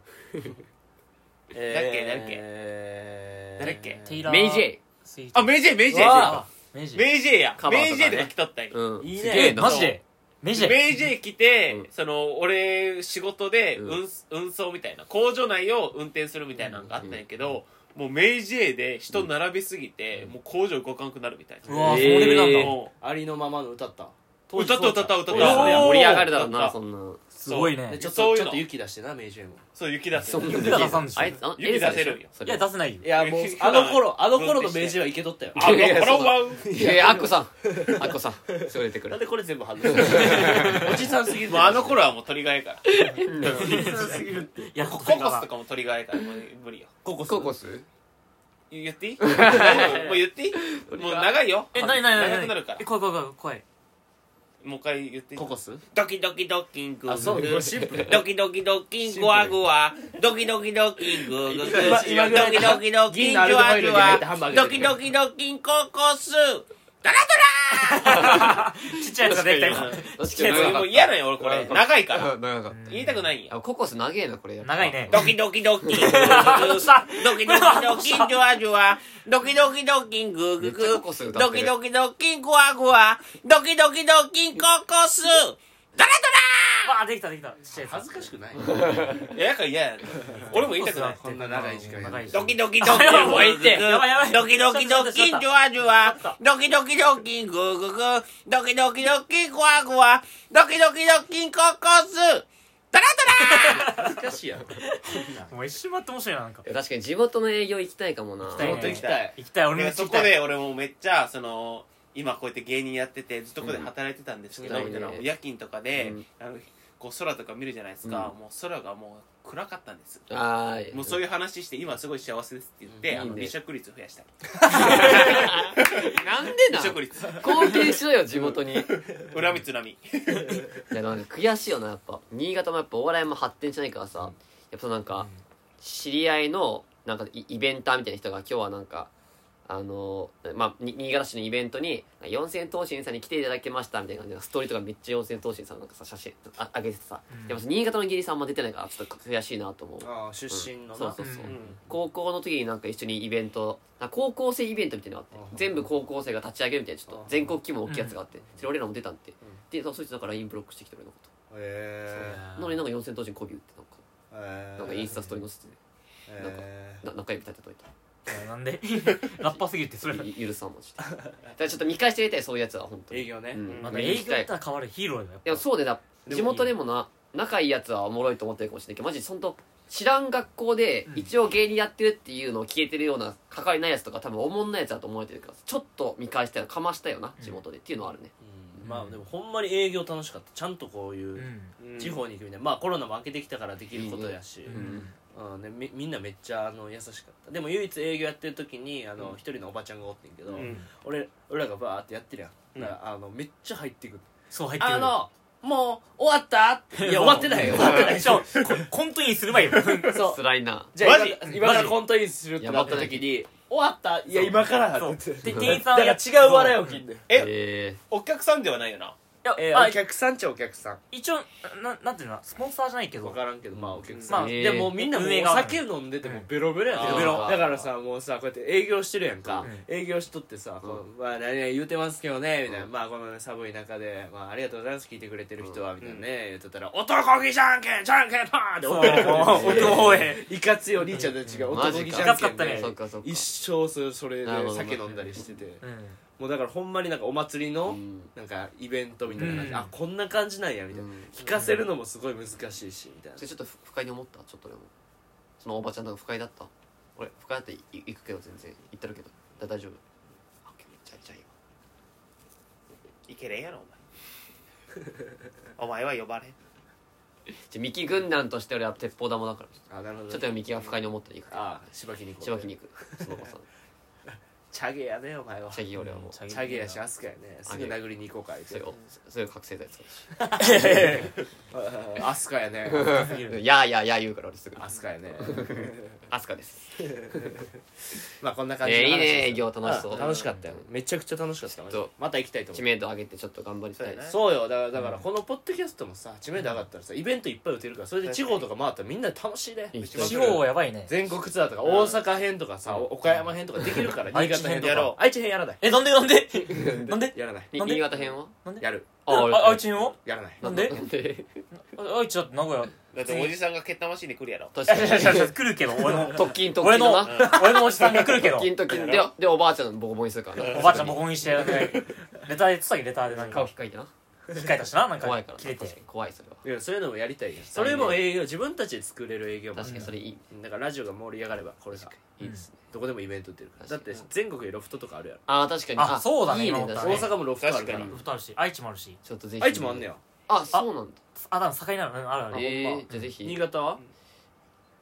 [SPEAKER 2] 誰っけ
[SPEAKER 1] えー
[SPEAKER 2] 誰っけ
[SPEAKER 3] テイラー
[SPEAKER 4] メイジェイ
[SPEAKER 3] スイート
[SPEAKER 2] あメイジェイメイジェイ
[SPEAKER 1] わ
[SPEAKER 3] メイジェイ
[SPEAKER 2] メイジェイや
[SPEAKER 4] カバー
[SPEAKER 2] メ
[SPEAKER 4] と
[SPEAKER 2] イ
[SPEAKER 4] かね
[SPEAKER 2] ジェイとか来とったんや
[SPEAKER 4] うん
[SPEAKER 1] いいね
[SPEAKER 4] すげえな
[SPEAKER 3] マジでメイジェイ
[SPEAKER 2] メイジェイ来て、
[SPEAKER 4] うん
[SPEAKER 2] その俺仕事で
[SPEAKER 4] うん
[SPEAKER 2] 運,、運送みたいな工場内を運転するみたいなのがあったんやけど、もうメイジェイで人並びすぎて、もう工場動かんくなるみたいうな、
[SPEAKER 3] わ
[SPEAKER 1] え
[SPEAKER 3] そ
[SPEAKER 1] ー
[SPEAKER 3] のレベルなんだ
[SPEAKER 2] も
[SPEAKER 1] ありのままの歌った
[SPEAKER 2] う歌った歌った歌っ
[SPEAKER 1] いや
[SPEAKER 2] た
[SPEAKER 1] そりゃ
[SPEAKER 4] 盛り上がるだろう
[SPEAKER 2] 歌
[SPEAKER 4] な
[SPEAKER 2] った
[SPEAKER 4] そんな
[SPEAKER 3] すごい
[SPEAKER 2] そう
[SPEAKER 1] で
[SPEAKER 3] ね
[SPEAKER 1] ちょっ
[SPEAKER 2] そ
[SPEAKER 1] と
[SPEAKER 2] ういう
[SPEAKER 1] ちょ
[SPEAKER 2] の
[SPEAKER 1] っと勇気出してな明治も
[SPEAKER 2] そう雪出せ
[SPEAKER 4] そんな
[SPEAKER 3] 雪出さんでしょ
[SPEAKER 4] あいつあの
[SPEAKER 2] 雪出せるんよ
[SPEAKER 4] エルサでしょ
[SPEAKER 3] いや出せないよ
[SPEAKER 1] いやもうあの頃あの頃の明治はいけとったよ
[SPEAKER 2] あの頃は
[SPEAKER 4] [LAUGHS] それいやいやアッコさんアッコさんすごい出てく
[SPEAKER 2] [LAUGHS]
[SPEAKER 1] なん
[SPEAKER 4] る
[SPEAKER 1] でこれ全部外 [LAUGHS] すのおじさんすぎる
[SPEAKER 2] もうあの頃はもう鳥がえから
[SPEAKER 3] いや
[SPEAKER 2] コ
[SPEAKER 3] こ
[SPEAKER 2] コ
[SPEAKER 3] こ
[SPEAKER 2] ス
[SPEAKER 3] が
[SPEAKER 2] とかも鳥がえからもう無理よ
[SPEAKER 1] ココス
[SPEAKER 4] ココス
[SPEAKER 2] 言っていいもう言っていいもう長いよ
[SPEAKER 3] えなになにな
[SPEAKER 2] 長
[SPEAKER 3] に
[SPEAKER 2] くなるから
[SPEAKER 3] え怖い怖い怖い怖い
[SPEAKER 2] もう一回言っていい
[SPEAKER 1] ココス
[SPEAKER 2] ドキドキドッキング
[SPEAKER 1] あそう
[SPEAKER 2] グ
[SPEAKER 1] シンプル
[SPEAKER 2] ドキドキ [LAUGHS] ドッキングワグワドキドキドッキングググ
[SPEAKER 1] 今今ぐら
[SPEAKER 2] ド
[SPEAKER 1] い
[SPEAKER 2] キドキドッキングワ
[SPEAKER 1] 銀
[SPEAKER 2] グ
[SPEAKER 1] のアルミホイルに入ったハンバー
[SPEAKER 2] ワ
[SPEAKER 1] グ
[SPEAKER 2] ドキドキドッキンココスドラ
[SPEAKER 3] ちっちゃいやつが出てきた
[SPEAKER 2] 確
[SPEAKER 3] 今
[SPEAKER 4] 確
[SPEAKER 2] ドラもう嫌なんよ俺これ長いから
[SPEAKER 4] 長かった
[SPEAKER 2] 言いたくないんや
[SPEAKER 4] あココス長えなこれ
[SPEAKER 3] 長いね
[SPEAKER 2] ドキドキドッキングググドキドキドッキングワグワドキドキドッキングググ
[SPEAKER 4] めっちゃココス歌
[SPEAKER 2] ド
[SPEAKER 4] って
[SPEAKER 2] キ
[SPEAKER 4] る
[SPEAKER 2] ドキドッキングワグワドキドキドッキンココスドラドラ
[SPEAKER 3] わあできたできたちっちゃいやつ
[SPEAKER 1] 恥ずかしくない [LAUGHS]
[SPEAKER 2] いや、やか嫌やな。俺も言いたくない。
[SPEAKER 1] こんな長い時間やる
[SPEAKER 3] 長いし
[SPEAKER 2] ドキドキドキ
[SPEAKER 3] やばいって
[SPEAKER 2] グーグー
[SPEAKER 3] やばいやばい
[SPEAKER 2] ドキドキドキンジュワジュワドキドキドキングーグーグードキドキドキグワグワドキドキドキンココスタラタラ
[SPEAKER 1] 恥ずかしいやろ
[SPEAKER 3] もう一瞬待って面白いななんか
[SPEAKER 4] いや確かに地元の営業行きたいかもな
[SPEAKER 3] き
[SPEAKER 1] 地
[SPEAKER 3] たいね
[SPEAKER 1] 元行きたい
[SPEAKER 3] 行きたい俺も行
[SPEAKER 2] そ
[SPEAKER 3] き
[SPEAKER 2] こ
[SPEAKER 3] たい
[SPEAKER 2] で俺もめっちゃその今こうやって芸人やっててずっとここで働いてたんですけど、
[SPEAKER 4] うん
[SPEAKER 2] みたいな
[SPEAKER 4] うん
[SPEAKER 2] 夜勤とかで、
[SPEAKER 4] うん
[SPEAKER 2] あのこう空とか見るじゃないですか、もう空がもう暗かったんです
[SPEAKER 4] ああ
[SPEAKER 2] もうそういう話して今すごい幸せですって言って、
[SPEAKER 4] うん
[SPEAKER 2] あの
[SPEAKER 4] いいね
[SPEAKER 2] 離職率増やしたい
[SPEAKER 4] なんでな
[SPEAKER 2] 離職率
[SPEAKER 4] 貢献しろよ地元にい
[SPEAKER 2] 恨みつらみ
[SPEAKER 4] やなんか悔しいよなやっぱ新潟もやっぱお笑いも発展しないからさ、やっぱなんか、知り合いのなんかイイベンターみたいな人が今日はなんかあのまあ、に新潟市のイベントに四千頭身さんに来ていただきましたみたいな感じのストーリーとかめっちゃ四千頭身さんなんかさ写真あ上げててさ、
[SPEAKER 3] うん
[SPEAKER 4] やっぱ新潟の芸人さんも出てないからちょっと悔しいなと思う
[SPEAKER 1] ああ出身のな、
[SPEAKER 4] そうそうそう、
[SPEAKER 3] うん
[SPEAKER 4] 高校の時になんか一緒にイベントなんか高校生イベントみたいなのがあって全部高校生が立ち上げるみたいなちょっと全国規模の大きいやつがあってそれ俺らも出たんででそそいつなんか LINE ブロックしてきて俺のこ
[SPEAKER 1] へえ
[SPEAKER 4] となのになんか4000頭身コビ打ってなんか
[SPEAKER 1] え
[SPEAKER 4] なんかインスタストーリー載せて
[SPEAKER 1] え
[SPEAKER 4] なんか
[SPEAKER 1] え
[SPEAKER 4] な中指立てとい
[SPEAKER 3] なんでラッパーすぎるってそれ
[SPEAKER 4] たゆ許さんましてだからちょっと見返してやりたいそういうやつは本当
[SPEAKER 1] 営
[SPEAKER 4] に
[SPEAKER 1] 業ね、
[SPEAKER 4] うん
[SPEAKER 3] また営業だったら変わるヒーローだよ
[SPEAKER 4] でもそうねだ
[SPEAKER 1] でも
[SPEAKER 4] 地元でもな仲いいやつはおもろいと思ってるかもしれないけどマジ本当知らん学校で
[SPEAKER 3] うん
[SPEAKER 4] 一応芸人やってるっていうのを消えてるような関わりないやつとか多分おもんないやつだと思われてるからちょっと見返したよかましたよな地元でっていうのはあるね
[SPEAKER 1] うんまあでもほんまに営業楽しかったちゃんとこういうう、
[SPEAKER 3] ん
[SPEAKER 2] うん
[SPEAKER 1] 地方に行くみたいなまあコロナも明けてきたからできることやし、
[SPEAKER 3] う
[SPEAKER 4] うんん
[SPEAKER 1] うんね、みみんなめっちゃあの優しかったでも唯一営業やってる時にあの、一人のおばちゃんがおってんけど、
[SPEAKER 2] うん
[SPEAKER 1] 俺俺らがバーってやってるやんだから、あのめっちゃ入ってくる
[SPEAKER 3] そう入ってくる
[SPEAKER 1] あのもう終わったっていや終わってないよ終わって
[SPEAKER 3] [LAUGHS]
[SPEAKER 1] ない
[SPEAKER 3] しょココントインする前よ
[SPEAKER 1] そう
[SPEAKER 4] 辛いな
[SPEAKER 1] じゃあ
[SPEAKER 2] マジ
[SPEAKER 1] 今から今からコントインするってなった時に「終わったいや今から」って
[SPEAKER 3] そ
[SPEAKER 1] 言
[SPEAKER 3] う
[SPEAKER 1] って
[SPEAKER 3] で
[SPEAKER 1] だ
[SPEAKER 3] 店員さん
[SPEAKER 1] から違う笑いを聞いて
[SPEAKER 2] え
[SPEAKER 4] え
[SPEAKER 2] お客さんではないよな
[SPEAKER 1] えー
[SPEAKER 3] いやあ
[SPEAKER 1] お客さんっちゃお客さん
[SPEAKER 3] 一応ななんていうのスポンサーじゃないけど
[SPEAKER 1] 分からんけどまあお客さん
[SPEAKER 3] まあ
[SPEAKER 4] えー
[SPEAKER 1] でもうみんなもう
[SPEAKER 3] 運営
[SPEAKER 1] お
[SPEAKER 3] 側
[SPEAKER 1] 酒飲んでてもうベロベロやん
[SPEAKER 4] ベロベロ
[SPEAKER 1] だからさもうさこうやって営業してるやんか、
[SPEAKER 3] うん
[SPEAKER 1] 営業しとってさ「こうまあ、何々言うてますけどね」みたいな、まあこの、ね、寒い中で、まあ「ありがとうございます聞いてくれてる人は」みたいなね、言ってたら「男気じゃんけんじゃんけんパーン!」って
[SPEAKER 3] そう
[SPEAKER 1] 男
[SPEAKER 3] もう男方へ
[SPEAKER 1] いかついお兄ちゃんたちが
[SPEAKER 4] え
[SPEAKER 1] 男気じゃんけ
[SPEAKER 3] マジ
[SPEAKER 1] ん
[SPEAKER 3] か
[SPEAKER 1] で
[SPEAKER 4] そっかそっか
[SPEAKER 1] 一生それそれで
[SPEAKER 4] なるほど
[SPEAKER 1] 酒飲んだりしてて
[SPEAKER 3] うん
[SPEAKER 1] もうだからほんまになんかお祭り
[SPEAKER 4] う
[SPEAKER 1] の
[SPEAKER 4] ん
[SPEAKER 1] なんかイベントみたいな感じ、
[SPEAKER 3] うん
[SPEAKER 1] あこんな感じなんやみたいな、
[SPEAKER 4] うん
[SPEAKER 1] 聞かせるのもすごい難しいしみたいな
[SPEAKER 4] それちょっと不不快に思ったちょっとでもそのおばちゃんなんか不快だった俺不快だってい行くけど全然行ってるけどだ大丈夫あめっちゃめっちゃいいわ
[SPEAKER 2] いけれんやろ [LAUGHS] お前お前は呼ばれん
[SPEAKER 4] じゃあミキ軍団として俺は鉄砲玉だからち
[SPEAKER 1] あなるほどね
[SPEAKER 4] ょっとミキが不快に思ったら行くから
[SPEAKER 1] ああしばきに行こう
[SPEAKER 4] しばきに行くその子さん
[SPEAKER 1] チャゲやねお前は
[SPEAKER 4] チャギ俺はもう
[SPEAKER 3] チ
[SPEAKER 4] そ
[SPEAKER 3] ャ
[SPEAKER 1] チャゲやしアスカやねすぐ殴りに行こうか
[SPEAKER 4] れをそれを覚醒剤使
[SPEAKER 1] 言って [LAUGHS] アスカや
[SPEAKER 4] [LAUGHS]
[SPEAKER 1] ね
[SPEAKER 4] うしいやいやいや言うから俺すぐ
[SPEAKER 1] アスカやね
[SPEAKER 4] アスカです
[SPEAKER 1] まあこんな感じの
[SPEAKER 4] え
[SPEAKER 1] 話
[SPEAKER 4] いいね
[SPEAKER 1] です
[SPEAKER 4] 営業楽しそ
[SPEAKER 1] あ
[SPEAKER 4] う
[SPEAKER 1] 楽しかったよめちゃくちゃ楽しかったマジで
[SPEAKER 4] ちょっと
[SPEAKER 1] また行きたいと
[SPEAKER 4] 知
[SPEAKER 1] 思う
[SPEAKER 4] 名度上げてちょっと頑張りたいです
[SPEAKER 1] そうよだからだからこのポッドキャストもさ知名度上がったらさイベントいっぱい打てるからそれで地方とか回ったらみんな楽しいね
[SPEAKER 4] 行きたい
[SPEAKER 3] 地方はやばいね
[SPEAKER 1] 全国ツアーとか大阪編とかさお岡山編とかできるから新潟編と
[SPEAKER 3] 愛知編や
[SPEAKER 1] か
[SPEAKER 3] ろ
[SPEAKER 1] 愛知編やらない
[SPEAKER 3] えなんでなん [LAUGHS] でなんで
[SPEAKER 1] やらない
[SPEAKER 4] に
[SPEAKER 3] なんで
[SPEAKER 4] 新潟編は
[SPEAKER 1] やる
[SPEAKER 3] あ愛知の
[SPEAKER 1] やらない
[SPEAKER 3] なんで
[SPEAKER 4] な
[SPEAKER 3] [LAUGHS]
[SPEAKER 4] んで
[SPEAKER 3] あ愛知だって名古屋
[SPEAKER 2] だっておじさんが蹴ったましに来るやろ
[SPEAKER 4] 確かに
[SPEAKER 3] 来るけど俺の
[SPEAKER 4] [LAUGHS] 特勤特
[SPEAKER 3] 俺
[SPEAKER 4] 勤
[SPEAKER 3] の
[SPEAKER 4] だな
[SPEAKER 3] 俺のおじさんが来るけど
[SPEAKER 4] 特勤特勤ででおばあちゃんボコボコにするから
[SPEAKER 3] おばあちゃんボコボコにしてやるレターでつったレターでなん
[SPEAKER 4] 顔
[SPEAKER 3] か
[SPEAKER 4] 引っかいてな
[SPEAKER 3] 控えたしななんか
[SPEAKER 4] 怖いから
[SPEAKER 3] 切れ
[SPEAKER 4] な
[SPEAKER 3] て
[SPEAKER 4] 確かに怖いそれはい
[SPEAKER 1] やそういうのもやりたいよそれも営業自分たちで作れる営業も
[SPEAKER 4] 確かにそれいい
[SPEAKER 1] だからラジオが盛り上がればこれさ
[SPEAKER 4] いいですね
[SPEAKER 1] どこでもイベント出るからだっ
[SPEAKER 4] 確か
[SPEAKER 1] て
[SPEAKER 4] に
[SPEAKER 1] 全国にロフトとかあるやろ
[SPEAKER 4] あー確かに
[SPEAKER 3] あそうだね
[SPEAKER 4] いいね
[SPEAKER 3] 今思った
[SPEAKER 1] 大
[SPEAKER 3] ね
[SPEAKER 1] 阪もロフトあるから
[SPEAKER 2] 確か
[SPEAKER 3] ふとあるし愛知もあるし
[SPEAKER 4] ちょっとぜひ
[SPEAKER 1] 愛知もあんねや
[SPEAKER 4] あそうなんだ
[SPEAKER 3] あ多分境にあるうんあるある
[SPEAKER 4] え
[SPEAKER 1] ほんま
[SPEAKER 4] えじゃあぜ
[SPEAKER 1] 新
[SPEAKER 4] ひ
[SPEAKER 1] 潟は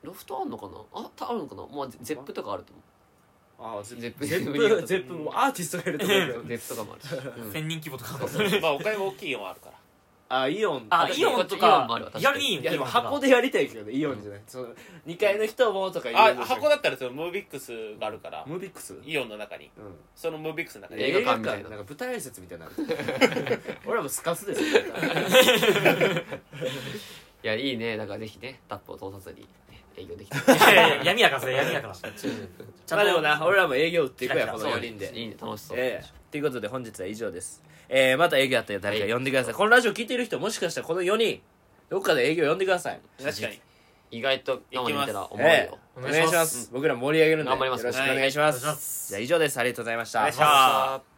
[SPEAKER 4] ロフトあんのかなあたあるのかなまあゼゼップとかあると思
[SPEAKER 3] [LAUGHS]
[SPEAKER 1] ああゼ
[SPEAKER 4] ゼ
[SPEAKER 1] ッ
[SPEAKER 4] ッ
[SPEAKER 1] プ
[SPEAKER 4] プ
[SPEAKER 1] ゼ
[SPEAKER 4] ゼッ
[SPEAKER 1] ップ
[SPEAKER 4] プ
[SPEAKER 1] ゼップもうアーティストがいると思うけど
[SPEAKER 4] うゼップとかもあるしうん
[SPEAKER 3] 千人規模とか
[SPEAKER 2] まあお金も大きいのもあるから
[SPEAKER 1] ああイオン
[SPEAKER 3] あイオンと
[SPEAKER 4] イオンもあ
[SPEAKER 3] か
[SPEAKER 4] るわ確
[SPEAKER 3] リア
[SPEAKER 4] か
[SPEAKER 3] ル
[SPEAKER 4] に
[SPEAKER 3] にイオン
[SPEAKER 1] いやでも
[SPEAKER 3] とか
[SPEAKER 1] 箱でやりたいけどねイオンじゃないその2階の人もとか言
[SPEAKER 2] あ
[SPEAKER 1] うの
[SPEAKER 2] 箱だったらそのムービックスがあるから
[SPEAKER 1] ムービックスうん
[SPEAKER 2] イオンの中にそのムービックスの中に
[SPEAKER 4] え映画館みたいな
[SPEAKER 1] なんか舞台挨拶みたいなのある [LAUGHS] 俺らもスカスですよ
[SPEAKER 4] いやいいねだからぜひねタップを通さずにね営業できて
[SPEAKER 3] いやいや闇やからそれ闇やからちゃん
[SPEAKER 1] [LAUGHS]
[SPEAKER 3] と
[SPEAKER 1] まあでもな俺らも営業売っていく [LAUGHS] やこの
[SPEAKER 4] そう
[SPEAKER 1] 4人で
[SPEAKER 4] いいね楽しそう
[SPEAKER 1] ええということで本日は以上です、えーまた営業あったら誰か呼んでください、このラジオ聞いてる人もしかしたらこの4人どっかで営業呼んでください
[SPEAKER 2] 確かに
[SPEAKER 4] 意外と生で見たら思う
[SPEAKER 1] ええ
[SPEAKER 4] よ
[SPEAKER 1] お願いします僕ら盛り上げるんで
[SPEAKER 4] 頑張ります
[SPEAKER 1] よろしくお願いしま
[SPEAKER 3] お願いしますす
[SPEAKER 1] じゃあ以上ですありがとうございました
[SPEAKER 2] お願いします